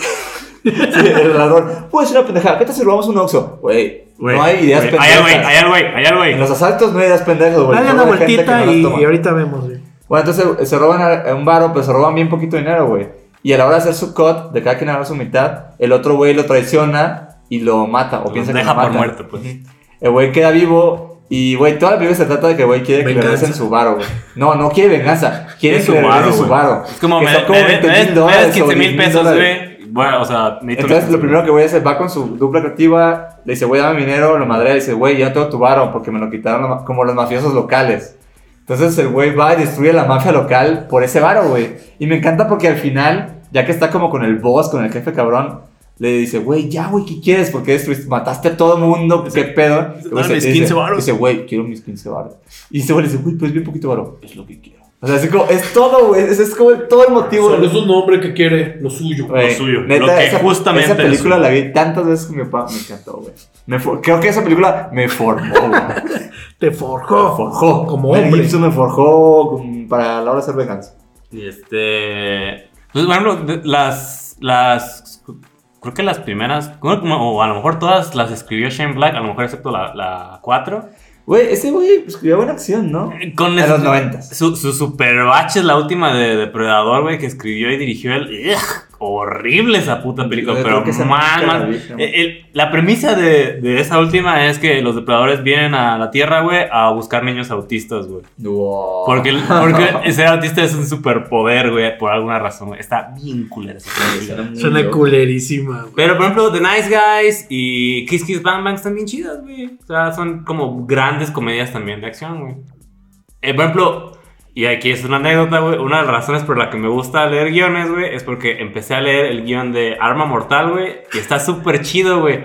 C: Sí, el ladrón. Pues una pendejada. ¿Qué tal si robamos un Oxxo? Güey,
E: Güey,
C: no hay ideas
E: güey,
C: pendejas.
E: Allá, güey, allá, güey, allá, güey.
C: En los asaltos no hay ideas pendejas, güey.
D: Dale una
C: Roban gente que
D: vueltita
C: no las
D: y,
C: toma.
D: y ahorita vemos, güey.
C: Bueno, entonces eh, se roban a- a un varo, pero se roban bien poquito dinero, güey. Y a la hora de hacer su cut, de cada quien agarra su mitad, el otro güey lo traiciona y lo mata. O
E: Lo
C: piensa
E: deja
C: que lo
E: por
C: mata.
E: muerto, pues.
C: Ujú. El güey queda vivo y, güey, toda la película se trata de que el güey quiere que le
D: Venganza.
C: regresen su varo, güey. No, no quiere venganza, quiere
E: Es
C: que
E: su
C: le regresen
E: varo,
C: su
E: güey.
C: varo.
E: Es como,
C: Que
E: me,
C: son
E: me, me,
C: 20,000
E: des- me
C: dólares
E: des 15
C: o
E: mil
C: 10,000
E: pesos,
C: dólares.
E: güey. Bueno, o sea, necesito
C: Entonces, lo
E: meterse,
C: primero que voy a hacer, va con su dupla creativa, le dice, güey, dame mi dinero, lo madre, le dice, güey, ya todo tu varo, porque me lo quitaron lo ma- como los mafiosos locales. Entonces, el güey va y destruye la mafia local por ese varo, güey. Y me encanta porque al final, ya que está como con el boss, con el jefe cabrón, le dice, güey, ya, güey, ¿qué quieres? ¿Por qué destruiste? Mataste a todo mundo, ¿qué pedo? Y
D: dame
C: se-
D: mis
C: dice-
D: 15 varos.
C: Dice, güey, quiero mis 15 varos. Y ese güey le dice, güey, pero es bien poquito varo. Es lo que quiero. O sea, es, como, es todo, güey, es, es como todo el motivo.
D: Solo es un hombre que quiere lo suyo.
C: Güey,
E: suyo, lo que justamente
C: Esa película
E: es.
C: la vi tantas veces que mi papá me encantó, güey. Me for- creo que esa película me formó, güey.
D: Te
C: Me
D: forjó.
C: forjó.
D: Como
C: Mel
D: hombre.
C: Gibson me forjó mm, para la hora de ser venganza.
E: Y este. Pues, por ejemplo, de- las. las Creo que las primeras, creo que- o a lo mejor todas las escribió Shane Black, a lo mejor excepto la, la 4.
C: Güey, ese güey escribió buena acción, ¿no?
E: Con
C: En
E: ese-
C: los noventas.
E: Su, su super bache es la última de Depredador, güey, que escribió y dirigió el. ¡Ugh! horrible esa puta película,
C: Yo
E: pero
C: creo que esa
E: man,
C: nunca la
E: man.
C: vi, jamás.
E: Eh, el- la premisa de, de esa última es que los depredadores vienen a la Tierra, güey, a buscar niños autistas, güey.
C: Wow.
E: Porque, porque ser autista es un superpoder, güey, por alguna razón. güey. Está bien culera esa película.
D: Suena culerísima, güey.
E: Pero, por ejemplo, The Nice Guys y Kiss Kiss Bang Bang están bien chidas, güey. O sea, son como grandes comedias también de acción, güey. Eh, por ejemplo, y aquí es una anécdota, güey. Una de las razones por la que me gusta leer guiones, güey, es porque empecé a leer el guión de Arma Mortal, güey. Y está súper chido, güey.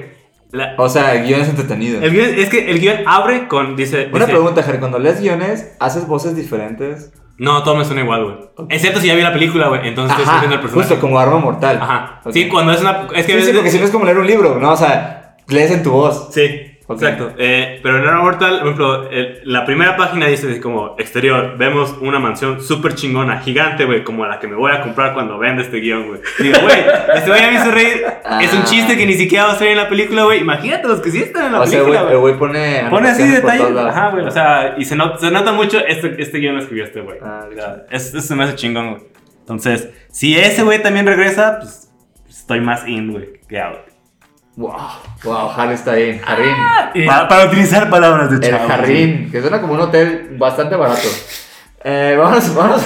E: La-
C: O sea, el guión es entretenido.
E: el guión- es que el guión abre con, dice...
C: Una
E: dice,
C: pregunta, Harry. Cuando lees guiones, ¿haces voces diferentes?
E: No, todo me suena igual, güey. Excepto si ya vi la película, güey. Entonces estoy viendo
C: Ajá,
E: el personaje.
C: justo como arma mortal.
E: Ajá.
C: Ok.
E: Sí, cuando es una. Es que
C: Sí, sí, porque si no es como leer un libro, ¿no? O sea, lees en tu voz.
E: Sí,
C: Ok.
E: exacto. Eh, pero en Arma Mortal, por ejemplo, el- la primera página dice así como exterior, vemos una mansión súper chingona, gigante, güey, como la que me voy a comprar cuando venda este guión, güey. Digo, güey, este güey a mí se reír. Es
C: Ah.
E: un chiste que ni siquiera va a salir en la película, güey. Imagínate los que sí están en la
C: O sea, güey,
E: película.
C: el
E: güey.
C: güey pone.
E: Pone así
C: anotaciones por
E: detalles.
C: todos lados.
E: Ajá, güey. O sea, y se, not- se nota mucho este, este guión lo escribió este güey.
C: Ah,
E: O sea, es, es- se me hace chingón, güey. Entonces, si ese güey también regresa, pues estoy más in, güey, que out.
C: Wow, wow, Harry está bien.
E: Ah.
C: Harry.
D: Eh,
F: Pa- para utilizar palabras de
C: El
F: chavo.
C: Jarrín, que suena como un hotel bastante barato. Eh, vámonos, vámonos.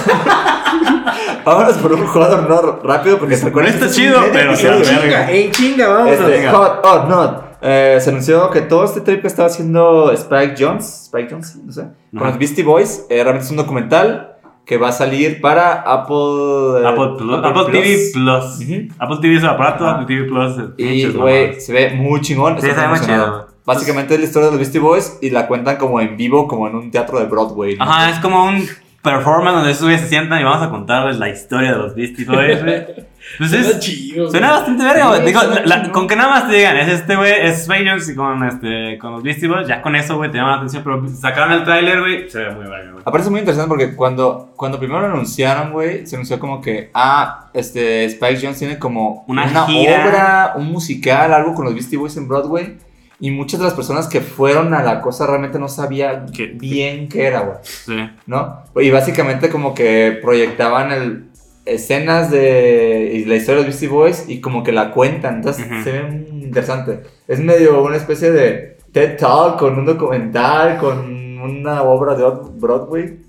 C: vámonos por un hot or not rápido porque se
F: No está chido, pero se la verga.
D: ¡Ey, chinga! Vamos a
C: Este, hot or not. Eh, se anunció que todo este trip que estaba haciendo Spike Jones, Spike Jones, sí, no sé, con los Beastie Boys, eh, realmente es un documental que va a salir para Apple. eh,
E: Apple, Plus- Apple TV Plus.
C: Ujú.
E: Apple TV es un aparato,
C: Ajá.
E: Apple TV Plus. es
C: Y,
E: pinches
C: güey,
E: mamadas.
C: se ve muy chingón.
E: Sí,
C: estoy
E: se ve muy
C: emocionado.
E: chido, güey.
C: Básicamente es la historia de los Beastie Boys y la cuentan como en vivo, como en un teatro de Broadway. ¿no?
E: Ajá, es como un performance donde esos güeyes se sientan y vamos a contarles la historia de los Beastie Boys, güey. Pues es-
D: Está chido.
E: Suena
D: güey.
E: bastante verga,
D: Sí,
E: güey. Digo,
D: suena
E: la- la-
D: chingón.
E: con que nada más te digan, es este güey, es Spy Jonze y con, este, con los Beastie Boys, ya con eso, güey, te llama la atención. Pero sacaron el tráiler, güey, se ve muy verga, güey.
C: Aparte es muy interesante porque cuando, cuando primero lo anunciaron, güey, se anunció como que, ah, este, Spike Jones tiene como
E: Una gira.
C: obra, un musical, algo con los Beastie Boys en Broadway. Y muchas de las personas que fueron a la cosa realmente no sabían
E: ¿Qué?
C: bien qué era, güey,
E: Sí.
C: ¿no? Y básicamente como que proyectaban el, escenas de y la historia de los Beastie Boys y como que la cuentan. Entonces
E: Ujú.
C: se ve muy interesante. Es medio una especie de TED Talk con un documental, con una obra de Broadway.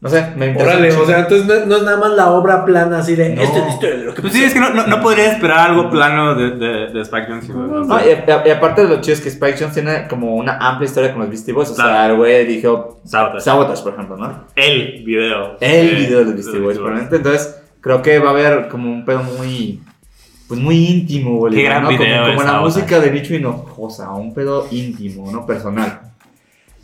C: No sé, me interesa.
D: Órale,
C: mucho.
D: o sea, entonces no, no es nada más la obra plana así de.
C: No.
D: Esta es la historia de lo que
E: Pues sí, es que no, no, no podría esperar algo plano de, de, de Spike Jonze, güey. O sea,
C: No, y, y- y aparte de lo chido es que Spike Jones tiene como una amplia historia con los Beastie Boys. O sea,
E: Claro.
C: el güey dijo
D: Pues
E: Sabotage.
C: Sabotage, por ejemplo, ¿no?
E: El video.
C: El
E: Eh,
C: video de los Beastie Boys, probablemente. Entonces, creo que va a haber como un pedo muy. Pues muy íntimo, güey.
E: Qué gran
C: ¿no? Como-
E: video
C: Como,
E: es
C: la
E: Sabotage.
C: música de Bicho Hinojosa, un pedo íntimo, ¿no? Personal.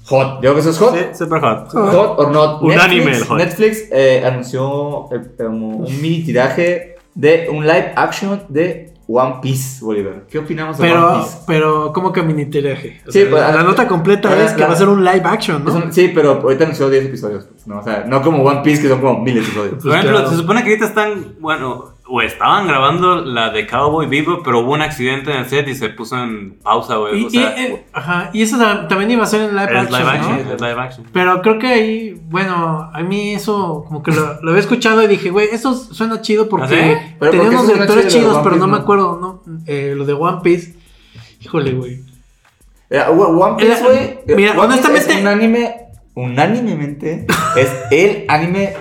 C: Hot. Yo creo que eso es hot.
E: Sí, super hot.
C: Hot or not.
E: Un
C: Netflix,
E: anime, el hot.
C: Netflix eh, anunció eh, como un mini tiraje de un live action de One Piece, Bolívar. ¿Qué opinamos de One
D: Pero,
C: Piece?
D: pero, ¿cómo que mini tiraje? O
C: Sí,
D: sea,
C: pues,
D: la, la
C: ah,
D: nota completa
C: ah,
D: es que
C: la-
D: va a ser un live action, ¿no?
C: Es un- sí, pero ahorita anunció 10 episodios. pues, ¿no? O sea, no como One Piece, que son como mil episodios.
E: Por
D: Pues
E: ejemplo,
D: claro.
E: se supone que ahorita están, bueno, o estaban grabando la de Cowboy Vivo, pero hubo un accidente en el set y se puso en pausa, güey.
D: Y,
E: O sea,
D: y- eh, ajá, y eso tam- también iba a ser en live
E: es
D: action,
E: live action,
D: ¿no?
E: es live action.
D: Pero creo que ahí, bueno, a mí eso como que lo, lo había escuchado y dije, güey, eso suena chido
E: ¿Ah,
D: porque
E: sí?
D: tenía
C: Pero ¿por qué
D: unos
C: suena
D: directores
C: chido lo
D: chidos,
C: de One
D: pero no
C: Piece,
D: me
C: no?
D: acuerdo, ¿no? Eh, lo de One Piece. Híjole, güey.
C: Era Eh, One One Piece,
D: Era-
C: güey. eh,
D: mira,
C: One Piece
D: honestamente-
C: Es un anime, unánimemente, es el anime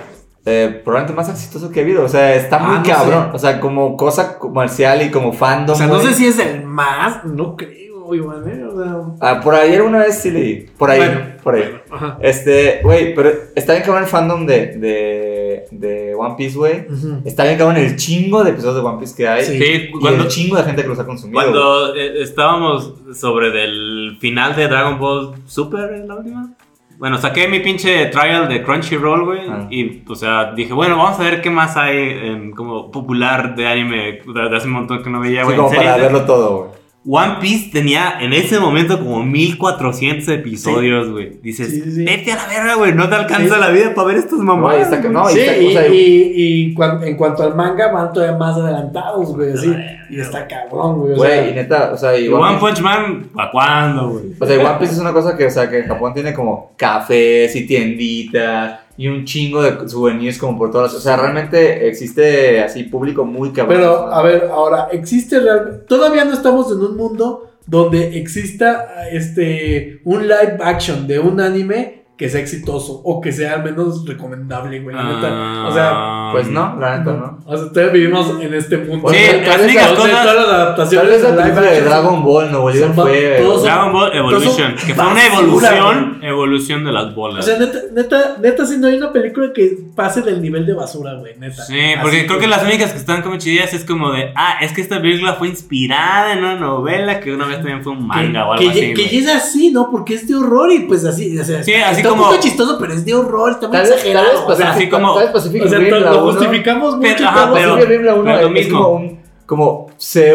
C: eh, probablemente más exitoso que ha habido. O sea, está muy
D: Ah, no
C: cabrón. O sea, como cosa comercial y como fandom.
D: O sea, no
C: güey.
D: sé si es el más, no creo, Iván, ¿eh? O sea,
C: Ah, por ahí alguna vez sí leí. Por ahí,
D: Bueno,
C: por ahí.
D: ajá.
C: Este, güey, pero está bien cabrón el fandom de, de, de One Piece, güey.
D: Ujú.
C: Está bien cabrón el chingo de episodios de One Piece que hay.
D: Sí.
E: Sí,
C: Y
E: cuando,
C: el chingo de gente que los ha consumido. güey.
E: cuando eh, estábamos sobre del final de Dragon Ball Super, ¿es la última. Bueno, saqué mi pinche trial de Crunchyroll, güey.
C: Ah.
E: Y, o sea, dije, bueno, vamos a ver qué más hay en, como popular de anime de, de hace un montón que no veía,
C: Sí,
E: güey. en
C: como
E: series,
C: para
E: ¿eh?
C: verlo todo, güey.
E: One Piece tenía en ese momento como 1400 episodios, güey. Dices,
D: Sí, sí, sí.
E: vete a la verga, güey, no te alcanza
D: Sí.
E: la vida para ver estas
C: No, y
E: mamadas.
C: está ca-
E: güey".
C: no, y
D: sí,
C: está-
D: y,
C: o sea,
D: y- y cuan- en cuanto al manga van todavía más adelantados, güey, así. Y está cabrón, güey. o sea,
C: Güey, y neta, o sea, y
E: Y
C: One
E: One
C: Piece-
E: Punch Man, ¿para cuándo, güey?
C: o sea, y One Piece es una cosa que, o sea, que en Japón tiene como cafés y tienditas y un chingo de souvenirs como por todas las... O sea, realmente existe así público muy cabrón.
D: Pero, a ver, ahora, ¿existe realmente? Todavía no estamos en un mundo donde exista este un live action de un anime que sea exitoso o que sea al menos recomendable, güey. la neta. O sea,
C: Pues no, la neta, ¿no?
D: no. o sea, todavía vivimos en este mundo.
C: Sí,
D: Tal
C: las
D: vez
E: únicas
D: la- o sea,
E: cosas-
D: todas las
C: Tal vez
D: adaptaciones
C: la
D: en live
C: película de
D: action
C: Dragon Ball, no, güey,
D: son
C: fue...
D: todos-
E: Dragon Ball Evolution,
D: Entonces,
E: que fue una
D: basura,
E: evolución, evolución de las
D: O
E: bolas.
D: sea, neta, neta, neta, si no hay una película que pase del nivel de basura, güey, neta.
E: Sí, porque
D: Así
E: creo que las únicas que están como chidillas es como de, ah, es que esta película fue inspirada en una novela que una vez también fue un manga o algo
D: que,
E: así.
D: Que
E: güey.
D: ya es así, ¿no? Porque es de horror y pues así, o sea,
E: Sí,
D: está-
E: así
D: está
E: como-
D: un poco chistoso, pero es de horror, está muy
C: Tal vez, tal vez
D: exagerado. o sea,
E: así
C: Pacific,
E: como-
C: tal vez Pacific
D: o sea,
C: Rim, la
D: lo
C: uno.
D: justificamos
E: Pero-
D: mucho,
E: ajá,
D: pero-
E: pero-
C: Pacific Rim, la uno
E: pero lo
C: es
E: mismo.
C: como un... Como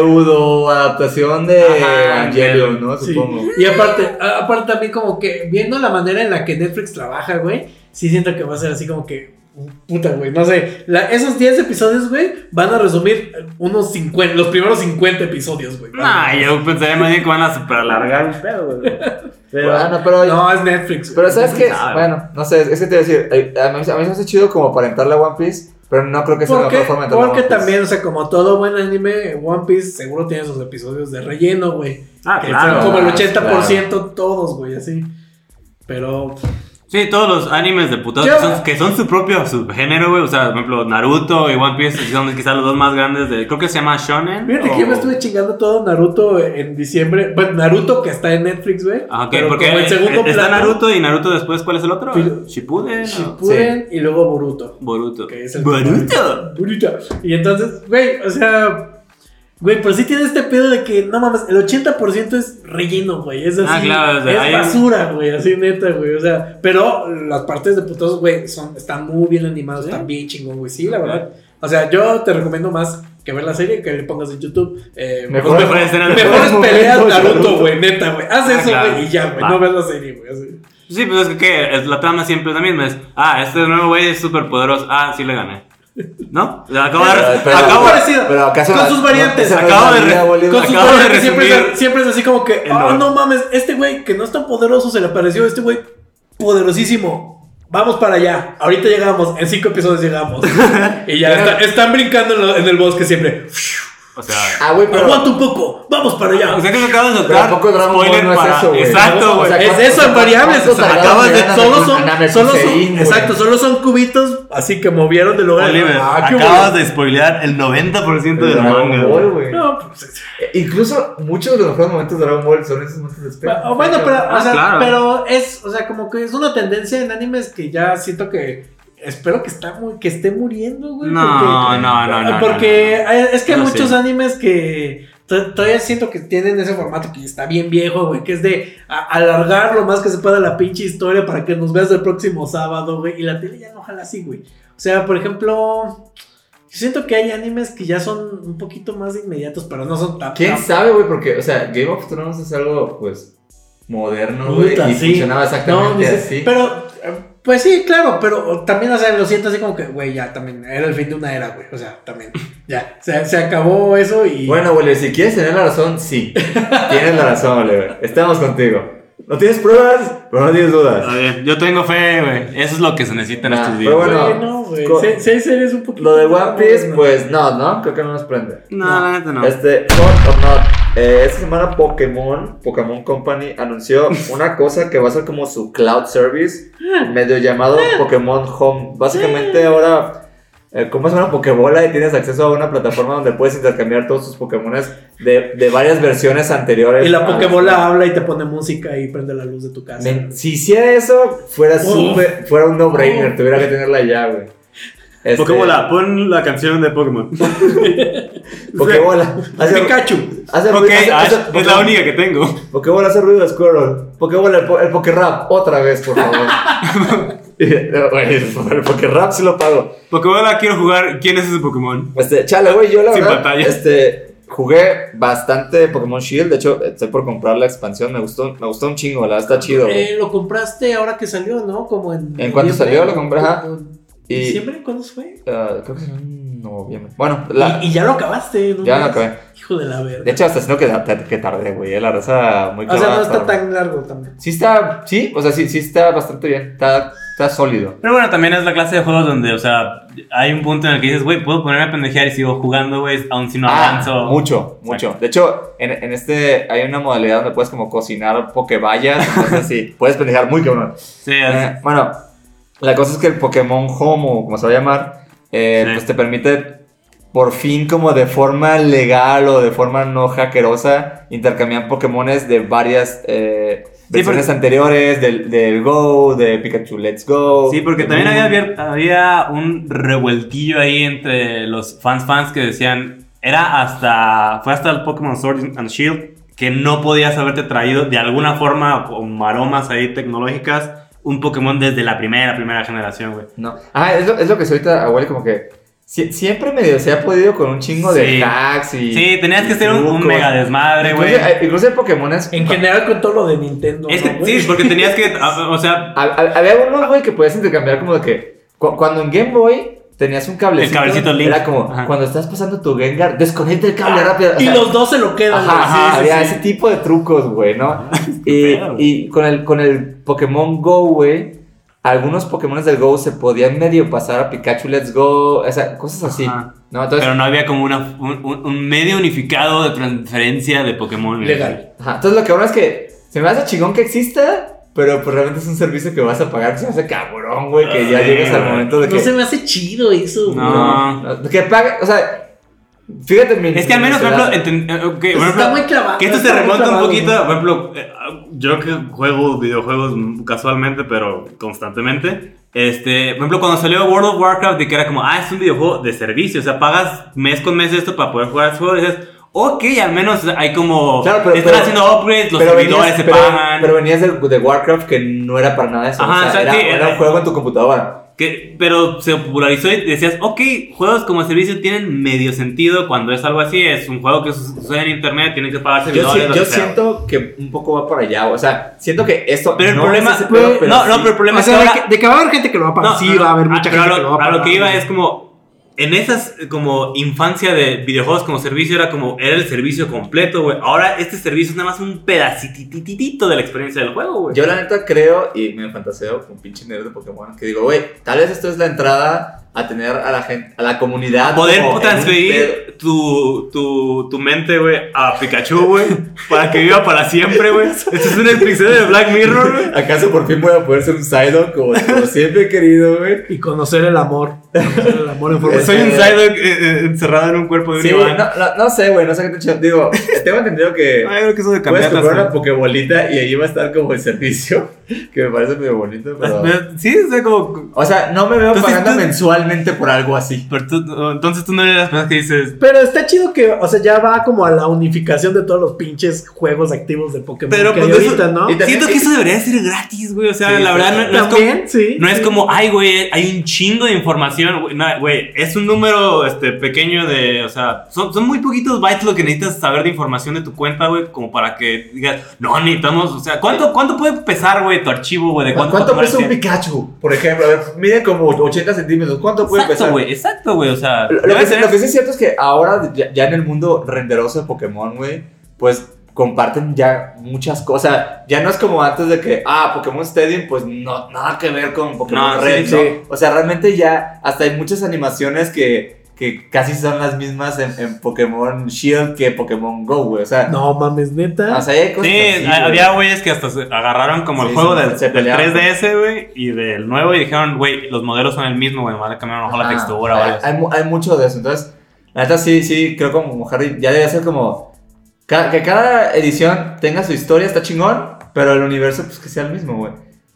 C: pseudo adaptación de
E: Ajá,
C: Evangelion, ¿no?
D: Sí.
C: Supongo.
D: Y aparte, a- aparte también como que viendo la manera en la que Netflix trabaja, güey, sí siento que va a ser así como que puta, güey, no sé, la- esos 10 episodios, güey, van a resumir unos 50, los primeros 50 episodios, güey.
E: Nah, yo pensaría más bien que van a super alargar un pedo, güey. Pero-
C: Bueno, Ah, pero...
D: No, es Netflix. güey.
C: Pero ¿sabes qué?
E: sabe.
C: Bueno, no sé, es que te iba a decir, eh, a mí, a mí se me hace chido como para entrarle a One Piece, pero no creo que sea la
D: Porque,
C: mejor forma de entrarle a
D: porque
C: One Piece.
D: también, o sea, como todo buen anime, One Piece seguro tiene sus episodios de relleno, güey.
E: Ah,
D: que
E: claro.
D: son como el
C: claro,
D: 80% todos, güey, así. Pero
E: Sí, todos los animes de putados
D: Yo-
E: que son, que son su propio subgénero, güey. O sea, por ejemplo, Naruto y One Piece que son quizás los dos más grandes. De, creo que se llama Shonen.
D: Fíjate
E: o-
D: que yo me estuve chingando todo Naruto en diciembre. Bueno, Naruto que está en Netflix, güey.
E: Ah, ok,
D: Pero
E: porque
D: como en segundo
E: está
D: plano,
E: Naruto y Naruto después, ¿cuál es el otro?
D: Fil-
E: Shippuden. ¿no?
D: Shippuden y luego Boruto.
E: Boruto.
D: Que es el-
E: Boruto.
D: Boruto. Y entonces, güey, o sea, güey, pero sí tiene este pedo de que, no mames, el 80% es relleno, güey. Es así.
E: Ah, claro, o sea,
D: es
E: hay un-
D: basura, güey, así neta, güey. O sea, pero las partes de putos, güey, son, están muy bien animados, están bien chingón, güey. Sí, la verdad. O sea, yo te recomiendo más que ver la serie que le pongas en YouTube. Eh,
C: Mejor-
D: mejores-
E: Mejor escena de-
D: Mejores
C: Mejores
D: peleas
C: momentos,
D: Naruto,
C: Naruto.
D: güey, neta, güey. Haz
E: Ah,
D: eso,
E: claro.
D: güey, y ya, güey.
E: Va.
D: No ves la serie, güey. así.
E: Sí, pues es que ¿qué? Es- la trama siempre es la misma. Es, ah, este nuevo güey es súper poderoso. Ah, sí le gané. ¿No? Le Acabo de,
C: Pero- pero-
E: acabo,
D: Muy parecido,
C: pero acaso
D: con
C: no-
D: sus
C: no,
D: variantes.
C: esa no es
E: acabo
C: la
E: de
C: vida,
E: re-
C: boludo.
D: Con
E: acabo
D: sus
E: de
D: variantes siempre,
E: resumir
D: es- siempre es así como que,
E: el
D: ah,
E: novela.
D: no mames, este güey que no es tan poderoso se le apareció, este güey poderosísimo. Vamos para allá. Ahorita llegamos, en cinco episodios llegamos. y ya está- están brincando en, lo- en el bosque siempre.
E: O sea.
C: Ah, güey, pero.
D: Aguanta un poco, vamos para allá.
E: O sea que se acaba de
C: Pero
E: soltar.
C: tampoco Dragon Ball
E: spoiler
C: no es
E: para-
C: eso, güey.
E: Exacto, güey.
C: O sea,
D: es
C: ¿cuánto-
D: eso en
C: cuánto-
D: variables, o
C: cuántos
D: sea,
C: tardabas
D: acabas
C: en
D: de,
C: llegar a
D: solo
C: Namek-
D: son,
C: a Namek
D: solo son,
C: Hussein, güey?
D: exacto, solo son cubitos así que movieron de lugar.
E: Oliver,
D: Ah, qué
E: acabas de spoilear el 90% del
C: Dragon
E: manga.
C: Ball,
E: güey.
C: güey.
D: No, pues,
C: Eh, Incluso muchos de los mejores momentos de Dragon Ball son esos momentos de espera.
D: O bueno, pero, o
E: Ah,
D: sea,
E: claro.
D: pero es, o sea, como que es una tendencia en animes que ya siento que espero que está muy, que esté muriendo, güey.
E: No,
D: porque-
E: no, no, no.
D: porque eh, es que hay
E: No sé.
D: muchos animes que to- todavía siento que tienen ese formato que está bien viejo, güey, que es de a- alargar lo más que se pueda la pinche historia para que nos veas el próximo sábado, güey, y la tele ya no jala así, güey. O sea, por ejemplo, siento que hay animes que ya son un poquito más inmediatos, pero no son tan...
C: ¿Quién
D: tan-
C: sabe, güey? Porque, o sea, Game of Thrones es algo, pues, moderno, güey.
D: Puta,
C: Y
D: sí.
C: funcionaba
D: No,
C: exactamente
D: dices,
C: así.
D: pero, eh, pues sí, claro, pero también, o sea, lo siento así como que, güey, ya también, era el fin de una era, güey, o sea, también, ya, se, se acabó eso y...
C: Bueno, Oliver, si quieres tener la razón, sí. tienes la razón, Oliver. Estamos contigo. No tienes pruebas, pero no tienes
E: Está
C: dudas.
E: bien, Yo tengo fe, güey. Eso es lo que se necesita en
C: Nah,
E: estos días.
C: pero
D: Güey,
C: bueno,
D: no, güey,
C: co-
D: se- se- se- eres un poquito...
C: Lo de One Piece,
D: bueno.
C: pues, no, ¿no? Creo que no nos prende.
E: no, la neta no.
C: Este, hot or not. Eh, esta semana Pokémon, Pokémon Company anunció una cosa que va a ser como su cloud service, medio llamado Pokémon Home. Básicamente ahora eh, compras una Pokébola y tienes acceso a una plataforma donde puedes intercambiar todos tus Pokémones de, de varias versiones anteriores.
D: Y la Pokébola
C: Ah,
D: habla y te pone música y prende la luz de tu casa.
C: me- si hiciera eso, fuera súper- fuera un no-brainer, tuviera que tenerla ya, güey. Este,
E: Pokébola, pon la canción de Pokémon.
C: Pokébola. Hace-
D: Pikachu.
C: hace-
E: Ok,
C: hace-
E: Ash,
C: hace-
E: es la única que tengo.
C: Pokébola hace ruido de Squirrel. Pokébola, el, po el Pokérap, otra vez, por favor. Y, eh, güey, el Pokérap sí lo pago.
E: Pokébola, quiero jugar. ¿Quién es ese Pokémon?
C: Este, chale, güey, yo la
E: Sin
C: verdad,
E: pantalla.
C: este, jugué bastante Pokémon Shield. De hecho, estoy por comprar la expansión. Me gustó, me gustó un chingo, la verdad está chido, güey.
D: Eh, lo compraste ahora que salió, ¿no? Como en...
C: ¿En cuánto
D: noviembre,
C: salió? Lo compré, ajá.
D: como en
C: Y,
D: ¿Diciembre? ¿Cuándo fue?
C: ah, creo que es en noviembre. Bueno, la,
D: Y, y ya lo acabaste, ¿no?
C: ya no
D: mames.
C: acabé.
D: Hijo de la verga.
C: De hecho, hasta sino que, que tardé, güey. eh, La raza muy
D: o sea, no
C: clavada
D: está
C: estaba.
D: tan largo también.
C: Sí está, sí, o sea, sí, sí está bastante bien. Está, está sólido.
E: Pero bueno, también es la clase de juegos donde, o sea, hay un punto en el que dices, güey, puedo ponerme a pendejear y sigo jugando, güey, aun si no
C: Ah,
E: avanzo.
C: Mucho, mucho. De hecho, en, en este hay una modalidad donde puedes como cocinar pokebayas. Entonces, sí, puedes pendejar muy cabrón.
E: Sí, así.
C: Eh, bueno, la cosa es que el Pokémon Home, o como se va a llamar, eh,
E: Sí.
C: pues te permite por fin como de forma legal o de forma no hackerosa intercambiar Pokémones de varias... eh, versiones anteriores del, del Go, de Pikachu Let's Go.
E: Sí, porque
C: de
E: también
C: Moon.
E: había, abier- había un revueltillo ahí entre los fans fans que decían, era hasta, fue hasta el Pokémon Sword and Shield que no podías haberte traído de alguna forma con maromas ahí tecnológicas un Pokémon desde la primera, primera generación, güey.
C: No. Ah, es lo, es lo que soy ahorita, abuelo, como que sie- siempre medio se ha podido con un chingo
E: Sí.
C: de hacks y.
E: Sí, tenías que ser un, un
C: trucos.
E: mega desmadre, güey.
C: Incluso, eh, incluso en Pokémon es.
D: En general con todo lo de Nintendo.
E: Es que-
D: ¿no, güey?
E: sí, porque tenías que, a- o sea,
C: ha- ha- Había unos, güey, que podías intercambiar como de que. cu- cuando en Game Boy tenías un cablecito.
E: El cablecito Link.
C: Era como,
E: Ajá.
C: cuando estás pasando tu Gengar, desconecta el cable rápido. o
D: Ah, Y
C: sea,
D: los dos se lo quedan.
C: Ajá,
D: güey.
C: ajá,
D: Sí, sí,
C: había
D: sí.
C: ese tipo de trucos, güey, ¿no? y
E: pedo,
C: y con, el, con el Pokémon Go, güey, algunos Pokémon del Go se podían medio pasar a Pikachu Let's Go, o sea, cosas así,
E: Ajá.
C: ¿no? Entonces,
E: pero no había como una, un, un- un medio unificado de transferencia de Pokémon. güey.
D: Legal.
C: Ajá, entonces lo que ahora es que se me hace chingón que exista, Pero pues realmente es un servicio que vas a pagar, que se hace cabrón, güey, que ya llegas al momento de que...
D: No se me hace chido eso,
E: No.
D: güey.
C: No, no, Ah. que pague, o sea, fíjate mi...
E: Ah. Es que al menos, por ejemplo,
C: necesidad.
E: enten- eh, ok, por
D: Está
E: ejemplo,
D: muy clavado,
E: que esto se
D: está muy
E: remonta un
D: clavado,
E: poquito,
D: güey.
E: por ejemplo, eh, yo que juego videojuegos casualmente, pero constantemente. Este, por ejemplo, cuando salió World of Warcraft, de que era como, ah, es un videojuego de servicio, o sea, pagas mes con mes esto para poder jugar ese juego, y dices, ok, al menos hay como,
C: Claro, pero-
E: están
C: pero-
E: haciendo upgrades, los
C: Pero
E: servidores
C: venías-
E: se
C: pero-
E: pagan.
C: Pero venías de, de Warcraft que no era para nada eso.
E: Ajá,
C: o sea,
E: o sea,
C: era,
E: sí,
C: era
E: era-
C: un juego en tu computadora.
E: Que, pero se popularizó y decías, ok, juegos como servicio tienen medio sentido cuando es algo así, es un juego que su- sucede en internet, tienen que pagar
C: Yo,
E: servidores.
C: si-
E: lo
C: yo
E: que sea.
C: siento que un poco va para allá. O sea, siento que esto.
E: Pero el
C: no
E: problema,
C: es ese pedo, pero
E: no, no,
C: sí.
E: pero el problema
G: O sea,
E: es que
G: de
E: ahora-
G: que, de que va a haber gente que lo va a pagar.
E: No,
G: sí,
E: no, no.
G: va a haber
E: Ah,
G: mucha
E: pero
G: gente que lo va a pagar.
E: lo que iba es como. En esas, como, infancia de videojuegos como servicio, era como, era el servicio completo, güey. Ahora este servicio es nada más un pedacitititito de la experiencia del juego, güey.
C: Yo la neta creo y me fantaseo con pinche nerd de Pokémon que digo, güey, tal vez esto es la entrada a tener a la gente, a la comunidad.
E: Poder
C: como en un pedo.
E: transferir tu, tu, tu mente, güey, a Pikachu, güey, para que viva para siempre, güey. Este es un episodio de Black Mirror, güey.
C: ¿Acaso por fin voy a poder ser un Psylocke como, como siempre he querido, güey? Este,
G: Y conocer el amor. Conocer el amor en forma de-
E: Soy un Psylocke eh, eh, encerrado en un cuerpo de un
C: Sí,
E: Iván.
C: güey, no, no, no sé, güey, no sé qué te he Digo, tengo entendido que.
E: Ay, creo que eso de
C: Puedes
E: cambiar
C: comprar
E: las-
C: una pokebolita y ahí va a estar como el servicio, que me parece medio bonito, pero...
E: las- Sí, o sea, como
C: O sea, no me veo
E: Entonces,
C: pagando
E: tú-
C: mensualmente por algo así.
E: Pero tú- entonces tú no eres de las personas que dices.
G: Pero está chido que, o sea, ya va como a la unificación de todos los pinches juegos activos de Pokémon
E: Pero,
G: que
E: pues,
G: hay
E: eso-
G: ahorita, ¿no?
C: y también-
E: Siento que eso debería ser gratis, güey. O sea,
C: Sí,
E: la verdad, no, no es como.
G: También, sí.
E: No es
G: sí.
E: como, ay, güey, hay un chingo de información. Güey, no, güey, es un número este, pequeño de. O sea, son, son muy poquitos bytes lo que necesitas saber de información de tu cuenta, güey, como para que digas, no, necesitamos. O sea, ¿cuánto, cuánto puede pesar, güey, tu archivo, güey? ¿De
C: ¿Cuánto,
E: cuánto,
C: pesa un Pikachu? Por ejemplo, a ver, mide como 80 centímetros. ¿Cuánto puede
E: Exacto,
C: pesar?
E: güey, exacto, güey. O sea,
C: Lo, lo
E: debe
C: que, sí-
E: ser-
C: lo que sí es cierto es que ahora, ya, ya en el mundo renderoso de Pokémon, güey, pues comparten ya muchas cosas. Ya no es como antes de que, ah, Pokémon Stadium, pues no, nada que ver con Pokémon
E: No, sí,
C: Red,
E: sí.
C: ¿no? O sea, realmente ya hasta hay muchas animaciones que, que casi son las mismas en, en Pokémon Shield que Pokémon Go, güey. O
E: ah,
C: sea,
G: No mames, neta.
C: o sea, hay cosas
E: Sí,
C: así,
E: ha-
C: güey.
E: había güeyes que hasta se agarraron como el
C: Sí,
E: juego
C: se-
E: del,
C: se
E: del
C: peleaban.
E: 3DS, güey, y del nuevo, y dijeron, güey, los modelos son el mismo, güey, van a cambiar a lo mejor la
C: Ajá,
E: textura o
C: Ah, hay,
E: algo así.
C: hay mu- hay mucho de eso. Entonces, la neta sí, sí, creo como mujer ya debe ser como. ca- que cada edición tenga su historia, está chingón, pero el universo, pues que sea el mismo, güey.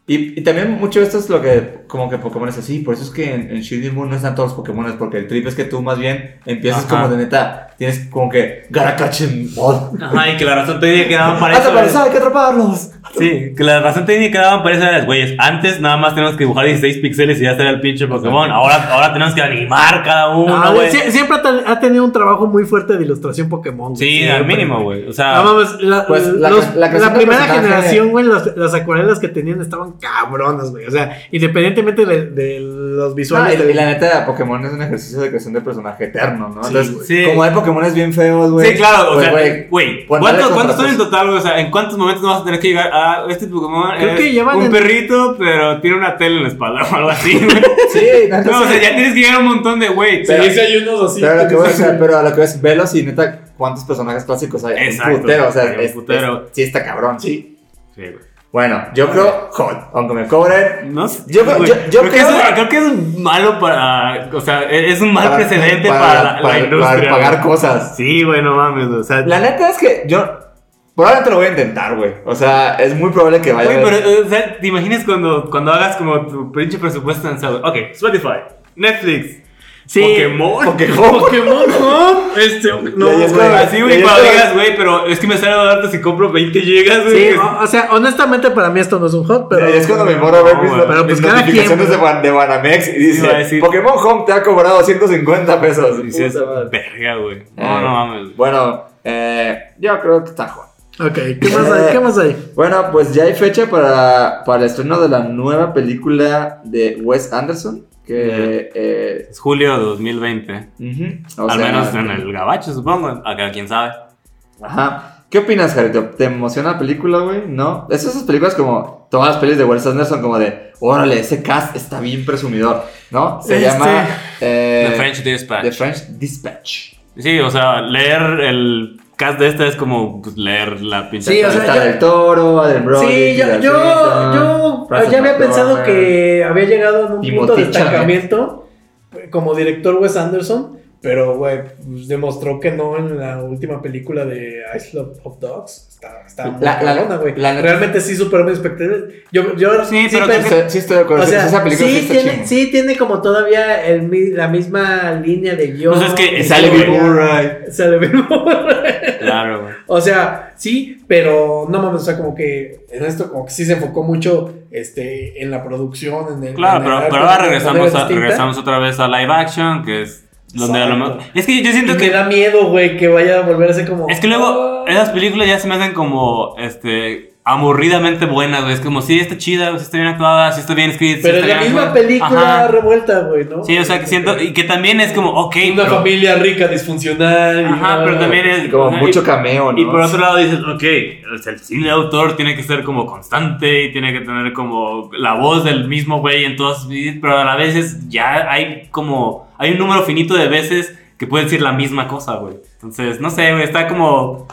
C: Y, y también mucho esto es lo que, como que Pokémon es así, por eso es que en, en Shield y Moon no están todos los Pokémon, porque el trip es que tú más bien empiezas
E: Ajá.
C: como de neta, tienes como que Garakachin mod.
E: Ajá, y que la razón técnica que daban para
C: ¡Hasta para eso
E: eso.
C: hay que atraparlos!
E: Sí, que la razón técnica que daban para eso eran, güeyes, antes nada más tenemos que dibujar 16 píxeles y ya será el pinche Pokémon. Ahora, ahora tenemos que animar cada
G: Ah,
E: uno, güey.
G: sie- siempre ha, ten- ha tenido un trabajo muy fuerte de ilustración Pokémon. güey.
E: Sí,
G: Siempre,
E: al mínimo, güey. O sea,
G: No mames, la,
C: Pues, la-
G: los-
C: la
G: la,
C: creación del
G: primera
C: personaje-
G: generación, güey, las, las acuarelas que tenían estaban cabronas, güey. O sea, independientemente de, de los
C: No, Ah, y,
G: visuales.
C: y la neta, Pokémon es un ejercicio de creación de personaje eterno, ¿no?
G: Sí,
C: Entonces,
E: sí.
C: como hay Pokémon bien feos, güey.
E: sí, claro, o
C: pues,
E: sea,
C: güey,
E: güey,
C: pues, dale
E: ¿cuántos,
C: contratos.
E: ¿cuántos son en total, güey? O sea, ¿en cuántos momentos no vas a tener que llegar a este Pokémon?
G: Creo
E: es
G: que llevan
E: un
G: en-
E: perrito, pero tiene una tele en la espalda o algo así, güey.
C: Sí, no,
E: No, o
C: entonces-
E: sea, ya tienes que llegar a un montón de, güey.
C: Pero-
D: Sí, sí hay unos así.
C: pero a lo que voy, o sea, pero a lo que ves, velos y neta, ¿cuántos personajes clásicos hay?
E: Exacto,
C: un putero, o sea,
E: hay un
C: es-
E: putero.
C: es- sí está cabrón.
D: Sí.
E: Sí, güey.
C: Bueno, yo creo, joder, aunque me cobren,
E: No sé,
C: Yo-
E: güey.
C: yo- yo
E: creo, que
C: creo-
E: es, creo que es malo para. O sea, es un mal
C: para-
E: precedente para, la- la,
C: para-
E: industria.
C: para pagar
E: güey.
C: cosas.
E: Sí, güey, no mames. O sea,
C: La neta es que yo, probablemente lo voy a intentar, güey. O sea, es muy probable que vaya. a
E: Güey,
C: ver-
E: pero, o sea, ¿te imaginas cuando, cuando hagas como tu pinche presupuesto en salud? Ok, Spotify, Netflix,
G: Sí.
E: Pokémon.
C: Pokémon.
D: Pokémon, ¿no? Este, no, güey.
C: Ya, ya es
E: Güey,
C: como-
E: Así, güey,
C: ya, ya estaba-
E: cuando digas, güey, pero es que me sale barato si compro 20 gigas, güey.
G: Sí,
E: que-
G: o, o sea, honestamente para mí esto no es un hot, pero.
C: es cuando me moro a ver
E: No,
C: mis,
E: güey,
G: pero
C: mis
G: pues cada
C: notificaciones
G: quien,
C: de, Ban- de Banamex y
E: Iba a
C: dice,
E: decir-
C: Pokémon Home te ha cobrado 150 pesos.
E: Y dices,
C: Puta madre. Ah.
E: verga, güey. No, no mames. güey.
C: Eh, Bueno, eh, yo creo que está jodido.
G: Ok, ¿qué más hay? ¿Qué más hay?
C: Bueno, pues ya hay fecha para, para el estreno de la nueva película de Wes Anderson. Que, eh,
E: Es julio de 2020.
C: ujú, o
E: Al
C: sea,
E: menos en el gabacho, supongo. Acá, quién sabe.
C: Ajá. ¿Qué opinas, Jarito? ¿Te emociona la película, güey? ¿No? Es esas películas como todas las pelis de Wes Anderson, como de, órale, ese cast está bien presumidor, ¿no? Se
G: Este-
C: llama eh,
E: The French Dispatch.
C: The French Dispatch.
E: Sí, o sea, leer el cast de esta es como pues, leer la pinche.
D: Sí, o sea,
C: Está
D: yo-
C: del Toro, del Brody.
D: Sí, yo,
C: del
D: yo,
C: Clinton,
D: yo
C: Frances
D: ya había
C: McDormand.
D: pensado que había llegado en un punto
C: Timothy
D: de estancamiento como director Wes Anderson, pero güey, pues, demostró que no en la última película de Isle of- of Dogs. Está, está muy
C: La- la-
D: cabrona, güey.
C: la-
D: Realmente sí superó mis expectativas. Yo, yo
E: Sí, pero
D: pensé-
E: creo
C: Estoy- Sí, estoy de acuerdo.
D: o sea,
C: esa película sí
D: sí,
C: está
D: tiene,
C: chingona.
D: sí tiene como todavía el mi- la misma línea de guión.
E: Pues es que
D: y
E: sale Bill
D: historia.
C: Murray.
D: Sale Bill Murray.
E: Claro, güey.
D: O sea, sí, pero no mames, o sea, como que en esto como que sí se enfocó mucho este, en la producción, en el...
E: Claro,
D: en
E: pero,
D: el arte,
E: pero ahora
D: de manera
E: regresamos, a-
D: distinta.
E: regresamos otra vez a live action, que es donde a lo
D: Exacto.
E: mejor- Es que yo
D: Y
E: siento
D: me
E: que.
D: da miedo, güey, que vaya a volver a ser como... "Ah",
E: Es que luego esas películas ya se me hacen como este aburridamente buenas, güey. Es como, sí, está chida, güey, sí está bien actuada, sí está bien escrita. sí
D: Pero es
E: está
D: la
E: bien
D: misma
E: actuada.
D: película
E: Ajá.
D: revuelta, güey, ¿no?
E: Sí, o sea, que siento. Y que también es como, ok.
D: Una
E: pero-
D: familia rica, disfuncional. y
E: Ajá,
D: bla,
E: pero
D: bla,
E: también es.
C: Y Como
E: o sea,
C: mucho
E: y-
C: cameo, ¿no?
E: Y por otro lado dices, ok, o sea, el cine de autor tiene que ser como constante y tiene que tener como la voz del mismo güey en todas sus videos, pero a la vez es- ya hay como, hay un número finito de veces que puede decir la misma cosa, güey. Entonces, no sé, güey, está como,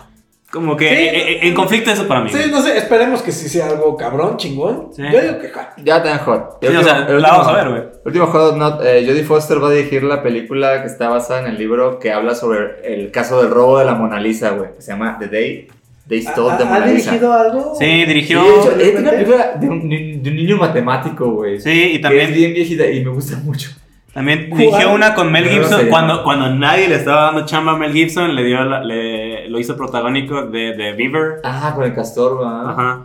E: como que
D: Sí.
E: e- e- en conflicto eso para mí.
D: Sí,
E: güey.
D: no sé, esperemos que sí sea algo cabrón, chingón.
E: Sí.
D: Yo digo que... ja.
C: Ya tan hot.
E: Sí, o sea, la vamos a ver, güey.
C: El último hot not, eh, Jodie Foster va a dirigir la película que está basada en el libro que habla sobre el caso del robo de la Mona Lisa, güey. Que se llama The Day They Stole
D: ¿Ha-
C: the
D: ¿Ha
C: Mona Lisa.
D: dirigido algo?
E: Sí,
C: Sí,
E: dirigió.
C: de hecho, es una película de un, ni- de un niño matemático, güey.
E: Sí, y
C: También es bien
E: también,
C: viejita y me gusta mucho.
E: también
D: ¿Cuál?
E: dirigió una con Mel
C: No
E: Gibson.
C: sé.
E: Cuando, cuando nadie le estaba dando chamba a Mel Gibson, le dio la- le- lo hizo protagónico de, de Beaver.
C: Ah, con el castor, va.
E: Ajá.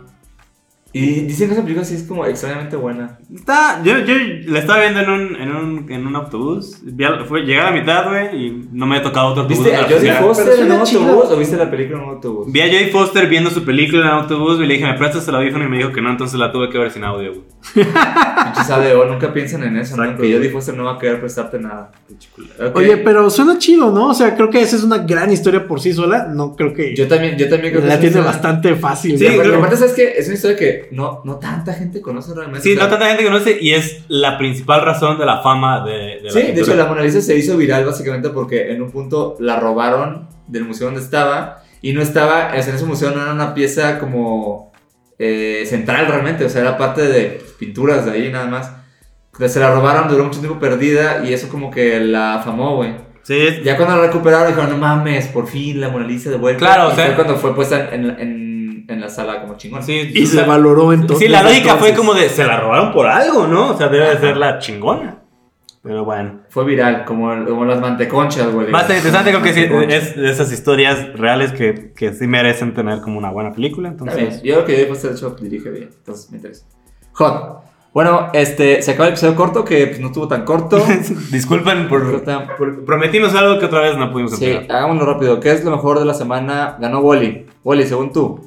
C: Y dicen que esa película sí es como extrañamente buena.
E: Está, yo, yo la estaba viendo en un, en un, en un autobús. Vi al- fue, llegué a la mitad, güey, y no me he tocado otro autobús.
C: ¿Viste a
E: para
C: Jodie
E: llegar.
D: Pero
C: Foster en
D: suena
C: un
D: chido.
C: autobús o viste la película en un autobus?
E: Vi a Jodie Foster viendo su película en un autobús y le dije, ¿me prestas el audífono? Y me dijo que no, entonces la tuve que ver sin audio, güey.
C: Pinches ADO, nunca piensan en eso, ¿no?
E: Exacto,
C: Que Jodie
E: güey.
C: Foster no va a querer prestarte nada. Ok.
G: Oye, pero suena chido, ¿no? O sea, creo que esa es una gran historia por sí sola. No creo que
C: Yo también, yo también creo que...
G: la
C: es
G: tiene
C: una-
G: bastante fácil.
C: Sí,
G: ¿no?
C: pero
G: Pero-
C: aparte, ¿sabes qué? Es una historia que no, no tanta gente conoce realmente.
E: Sí,
C: O sea,
E: no tanta gente conoce y es la principal razón de la fama de, de la
C: Sí, de
E: pintura.
C: hecho la Mona Lisa se hizo viral básicamente porque en un punto la robaron del museo donde estaba y no estaba, o sea, en ese museo no era una pieza como eh, central realmente, o sea, era parte de pinturas de ahí nada más. Pero Se la robaron, duró mucho tiempo perdida y eso como que la afamó, güey.
E: Sí, es-
C: Ya cuando la recuperaron dijeron, no mames, por fin la Mona Lisa de vuelta.
E: Claro, o
C: Y
E: sea-
C: fue cuando fue puesta en, en- en la sala como chingón.
E: sí,
G: Y
E: o sea,
G: se valoró entonces.
E: sí, la lógica fue
G: entonces.
E: como de, se la robaron por algo, ¿no? O sea, debe de ser la chingona. Pero bueno.
C: Fue viral, como, como las manteconchas, güey.
E: Más interesante creo que sí,
C: Manteconchas.
E: es de esas historias reales que, que sí merecen tener como una buena película.
C: Está bien.
E: Entonces,
C: Yo creo que Dave Foster Shop dirige bien, entonces me interesa. Hot. Bueno, este, se acaba el episodio corto que pues, no estuvo tan corto.
E: disculpen
C: Pero
E: por...
C: tan-
E: por- Prometimos algo que otra vez no pudimos
C: sí,
E: hacer.
C: hagámoslo rápido. ¿Qué es lo mejor de la semana? Ganó Wally. Wally, según tú.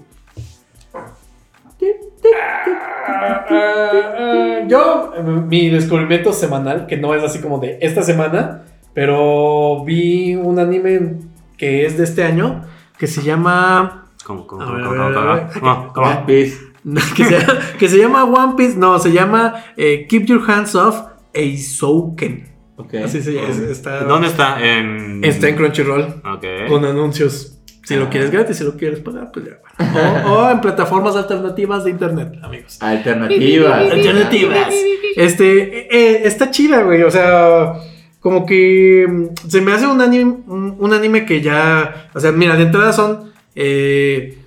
D: Ah, ah, ah, yo, eh, mi descubrimiento semanal, que no es así como de esta semana, pero vi un anime que es de este año.
G: Que se llama.
E: ¿Cómo, cómo,
G: A
E: cómo,
G: ver,
E: cómo,
G: a ver,
E: cómo,
G: a ver.
E: cómo, cómo?
C: One Piece.
G: Que se, que se llama One Piece. No, se llama eh, Keep Your Hands Off Eisouken.
C: Ok.
G: Así se llama. es- Está,
E: ¿Dónde está? En...
G: está en Crunchyroll.
E: Ok.
G: Con anuncios. Si lo quieres gratis, si lo quieres pagar, pues ya. bueno. O, o en plataformas alternativas de internet, amigos.
C: Alternativas.
G: Alternativas. Este, eh, eh, está chida, güey. O sea, como que mm, se me hace un anime, un, un anime que ya, o sea, mira, de entrada son eh,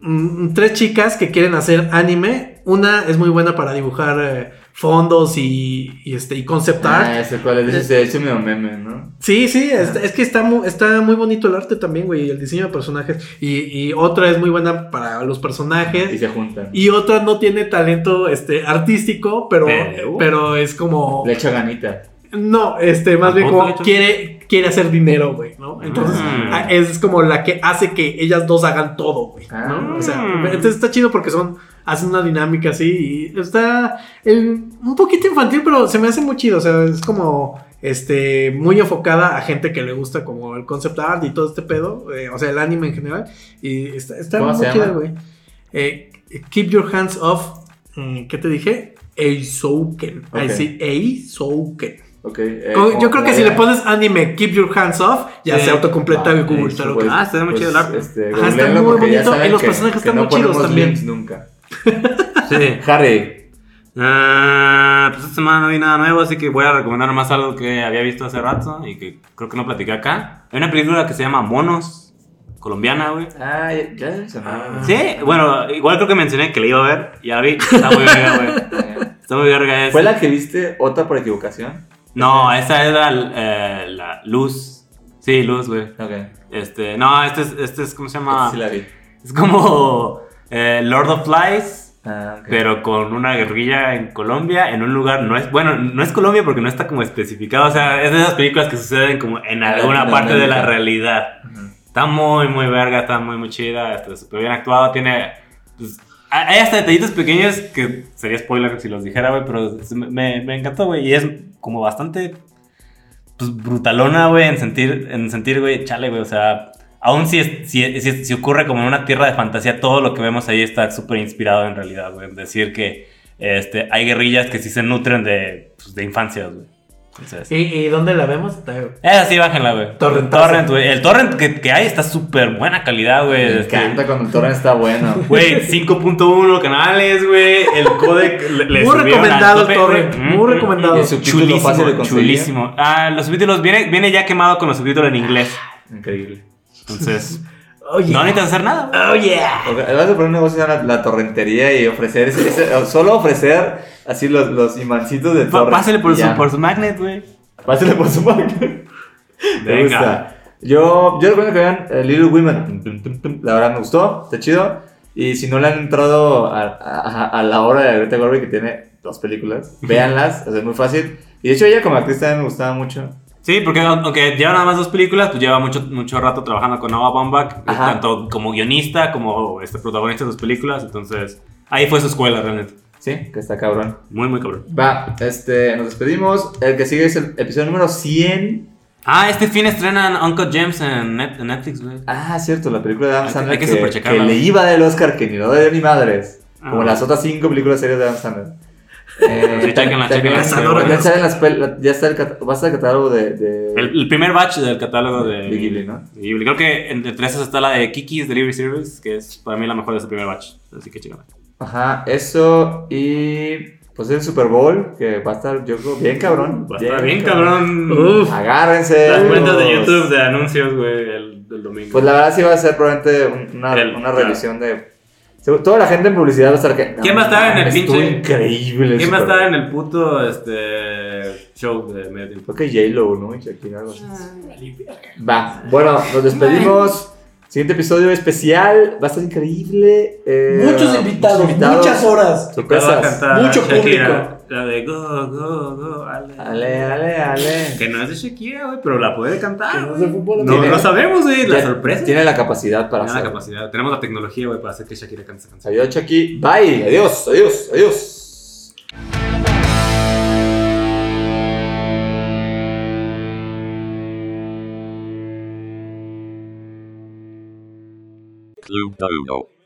G: mm, tres chicas que quieren hacer anime. Una es muy buena para dibujar eh, fondos y, y, este y concept art.
C: Ah, ese cuál es. Ese, ese medio meme, ¿no?
G: Sí, sí, es, es que está muy, está muy bonito el arte también, güey, y el diseño de personajes. Y, y otra es muy buena para los
C: Y
G: personajes.
C: se juntan.
G: Y otra no tiene talento este, artístico, pero,
E: Pero-
G: pero, es como...
C: Le echa ganita.
G: No, este, más bien
E: ¿Tampoco
G: como
E: le echas?
G: quiere, quiere hacer dinero, güey, ¿no? Entonces, ah, eh,
E: Mm.
G: a- es como la que hace que ellas dos hagan todo, güey,
C: Ah,
G: ¿no? O sea,
E: Mm.
G: entonces está chido porque son, hacen una dinámica así y está el- un poquito infantil, pero se me hace muy chido, o sea, es como, este, muy enfocada a gente que le gusta como el concept art y todo este pedo, eh, o sea, el anime en general, y está, está
C: ¿Cómo
G: muy
C: se
G: chida,
C: llama?
G: güey. Eh, keep your hands off, mm, ¿qué te dije? Eisouken,
C: Ok.
G: así, Eisouken.
C: Ok. eh,
G: Con-
C: como
G: yo creo que si
C: tarea.
G: le pones anime Keep Your Hands Off, ya
E: Sí.
G: se autocompleta
C: Ah,
G: el Google
C: sí,
G: Tarot.
C: pues,
E: Ah, está muy
C: pues,
E: chido el arte.
C: Este,
G: Ajá, está
C: googleenlo
G: muy
C: porque ya
G: bonito,
C: saben
G: y los
C: que-
G: personajes
C: que
G: están
C: no
G: muy chidos
C: ponemos
G: también.
C: links nunca.
E: Sí.
C: Harry,
E: Ah, pues esta semana no vi nada nuevo, así que voy a recomendar más algo que había visto hace rato y que creo que no platiqué acá. Hay una película que se llama Monos, colombiana, güey.
C: Ah, ya, ya se me-
E: Sí, bueno, igual creo que mencioné que la iba a ver, ya la vi. Está muy verga, güey.
C: Eh,
E: Está muy verga esa.
C: ¿Fue la que viste otra por equivocación?
E: No, esa es la, eh, la luz. Sí, luz, güey.
C: Ok.
E: Este, no, este es, este es, ¿cómo se
C: esta
G: Ah.
E: llama?
C: Sí la vi.
E: Es como eh, Lord of Flies.
C: Ah, ok.
E: pero con una guerrilla en Colombia, en un lugar, no es, bueno, no es Colombia porque no está como especificado, o sea, es de esas películas que suceden como en
C: Ah,
E: alguna
C: en
E: parte de la
C: América.
E: realidad.
C: Ujú.
E: Está muy, muy verga, está muy, muy chida, está súper bien actuado, tiene... pues, ha- hay hasta detallitos pequeños que sería spoiler si los dijera, güey, pero se- me, me encantó, güey, y es como bastante pues, brutalona, güey, en sentir, en sentir, güey, chale, güey, o sea... Aún si, es- si, si, si ocurre como en una tierra de fantasía, todo lo que vemos ahí está súper inspirado en realidad, güey. Decir que este, hay guerrillas que sí se nutren de, pues, de infancias, güey. Entonces,
G: ¿Y, y dónde la vemos?
E: esa sí, bájenla, güey.
G: Torrentazo.
E: Torrent, güey. El torrent que, que hay está súper buena calidad, güey.
C: Me
E: Este,
C: encanta cuando el torrent está bueno.
E: Güey, 5.1 canales, güey. El codec le, le
G: Muy
E: subieron al
G: recomendado el
E: tope,
G: torrent,
E: güey.
G: muy
E: Mm,
G: recomendado.
E: mm,
C: Y el subtítulo fácil de
E: Chulísimo,
C: conseguir.
E: chulísimo. Ah, los subtítulos viene, viene ya quemado con los subtítulos en inglés.
C: Increíble.
E: Entonces,
G: Oye.
E: no necesitan hacer nada, güey.
G: Oh, yeah.
C: Ok, Vas a poner un negocio en la, la torrentería y ofrecer, ese- ese- solo ofrecer así los, los imancitos de
E: Pa-
C: torrent.
E: Pásale por su,
C: Ya.
E: por su magnet, güey.
C: Pásale por su máquina. Me
E: Venga.
C: gusta. Yo, yo recomiendo que vean eh, Little Women. La verdad me gustó, está chido. Y si no le han entrado a, a- a la obra de Greta Garbo que tiene dos películas, véanlas, o sea, es muy fácil. Y de hecho ella como actriz también me gustaba mucho.
E: Sí, porque aunque lleva nada más dos películas, pues lleva mucho, mucho rato trabajando con Noah Baumbach, eh,
C: Ajá.
E: tanto como guionista como este protagonista de sus películas, entonces ahí fue su escuela realmente.
C: Sí, que está cabrón.
E: Muy, muy cabrón.
C: Va, este, nos despedimos. El que sigue es el episodio número 100.
E: Ah, este fin estrenan Uncle James en, Net- en Netflix, güey.
C: Ah, cierto, la película de Adam
E: Hay que-
C: Sandler
E: hay que
C: que,
E: superchecarla,
C: que le
E: güey.
C: iba del Oscar, que ni lo dio ni madres.
E: Ah, Pues
C: como
E: bueno.
C: las otras cinco películas serias de Adam Sandler. Eh,
E: Sí,
C: también-
E: chéquenla, chéquenla.
C: también- Ya salen las pel- la- ya está el, cat- va a estar el catálogo de, de-
E: El, el primer batch del catálogo de,
C: de Ghibli, ¿no?
E: de Ghibli. Creo que en- entre esas está la de Kiki's Delivery Service, que es para mí la mejor de ese primer batch. Así que chécala.
C: Ajá, eso y pues el Super Bowl, que va a estar, yo creo, bien cabrón.
E: Va a estar Pues, bien, cabrón.
G: Uf.
C: Agárrense.
E: Las cuentas de
C: amigos.
E: YouTube de anuncios, güey, el, del domingo.
C: Pues la verdad sí va a ser probablemente un- una,
E: El-
C: una
E: claro.
C: revisión de... seguro- Toda la gente en publicidad va a estar que...
E: ¿Quién va a estar en el
C: mames,
E: pinche-
C: estuvo increíble.
E: ¿Quién va a
C: Super
E: estar
C: Bowl.
E: en el puto este, show de medio tiempo?
C: Creo que J-Lo, ¿no? Y Shakira, algo así. Va, bueno, nos despedimos. Siguiente episodio especial, va a estar increíble. eh,
D: Muchos invitados, muchas horas.
E: Va a
C: Sorpresas.
E: cantar
D: Mucho
E: Shakira, La de Go, Go, Go, Ale.
C: Ale, ale, ale.
E: Que no es de Shakira, güey, pero la puede cantar.
D: Que no es
E: güey.
D: de fútbol,
E: no,
C: tiene-
E: no sabemos, güey, la
C: Ya
E: sorpresa.
C: Tiene la capacidad para
E: Tiene la
C: hacerlo.
E: capacidad. Tenemos la tecnología, güey, para hacer que Shakira cante esa canción.
C: Adiós, Chucky. Bye. Adiós, adiós, adiós.
H: Club Uno.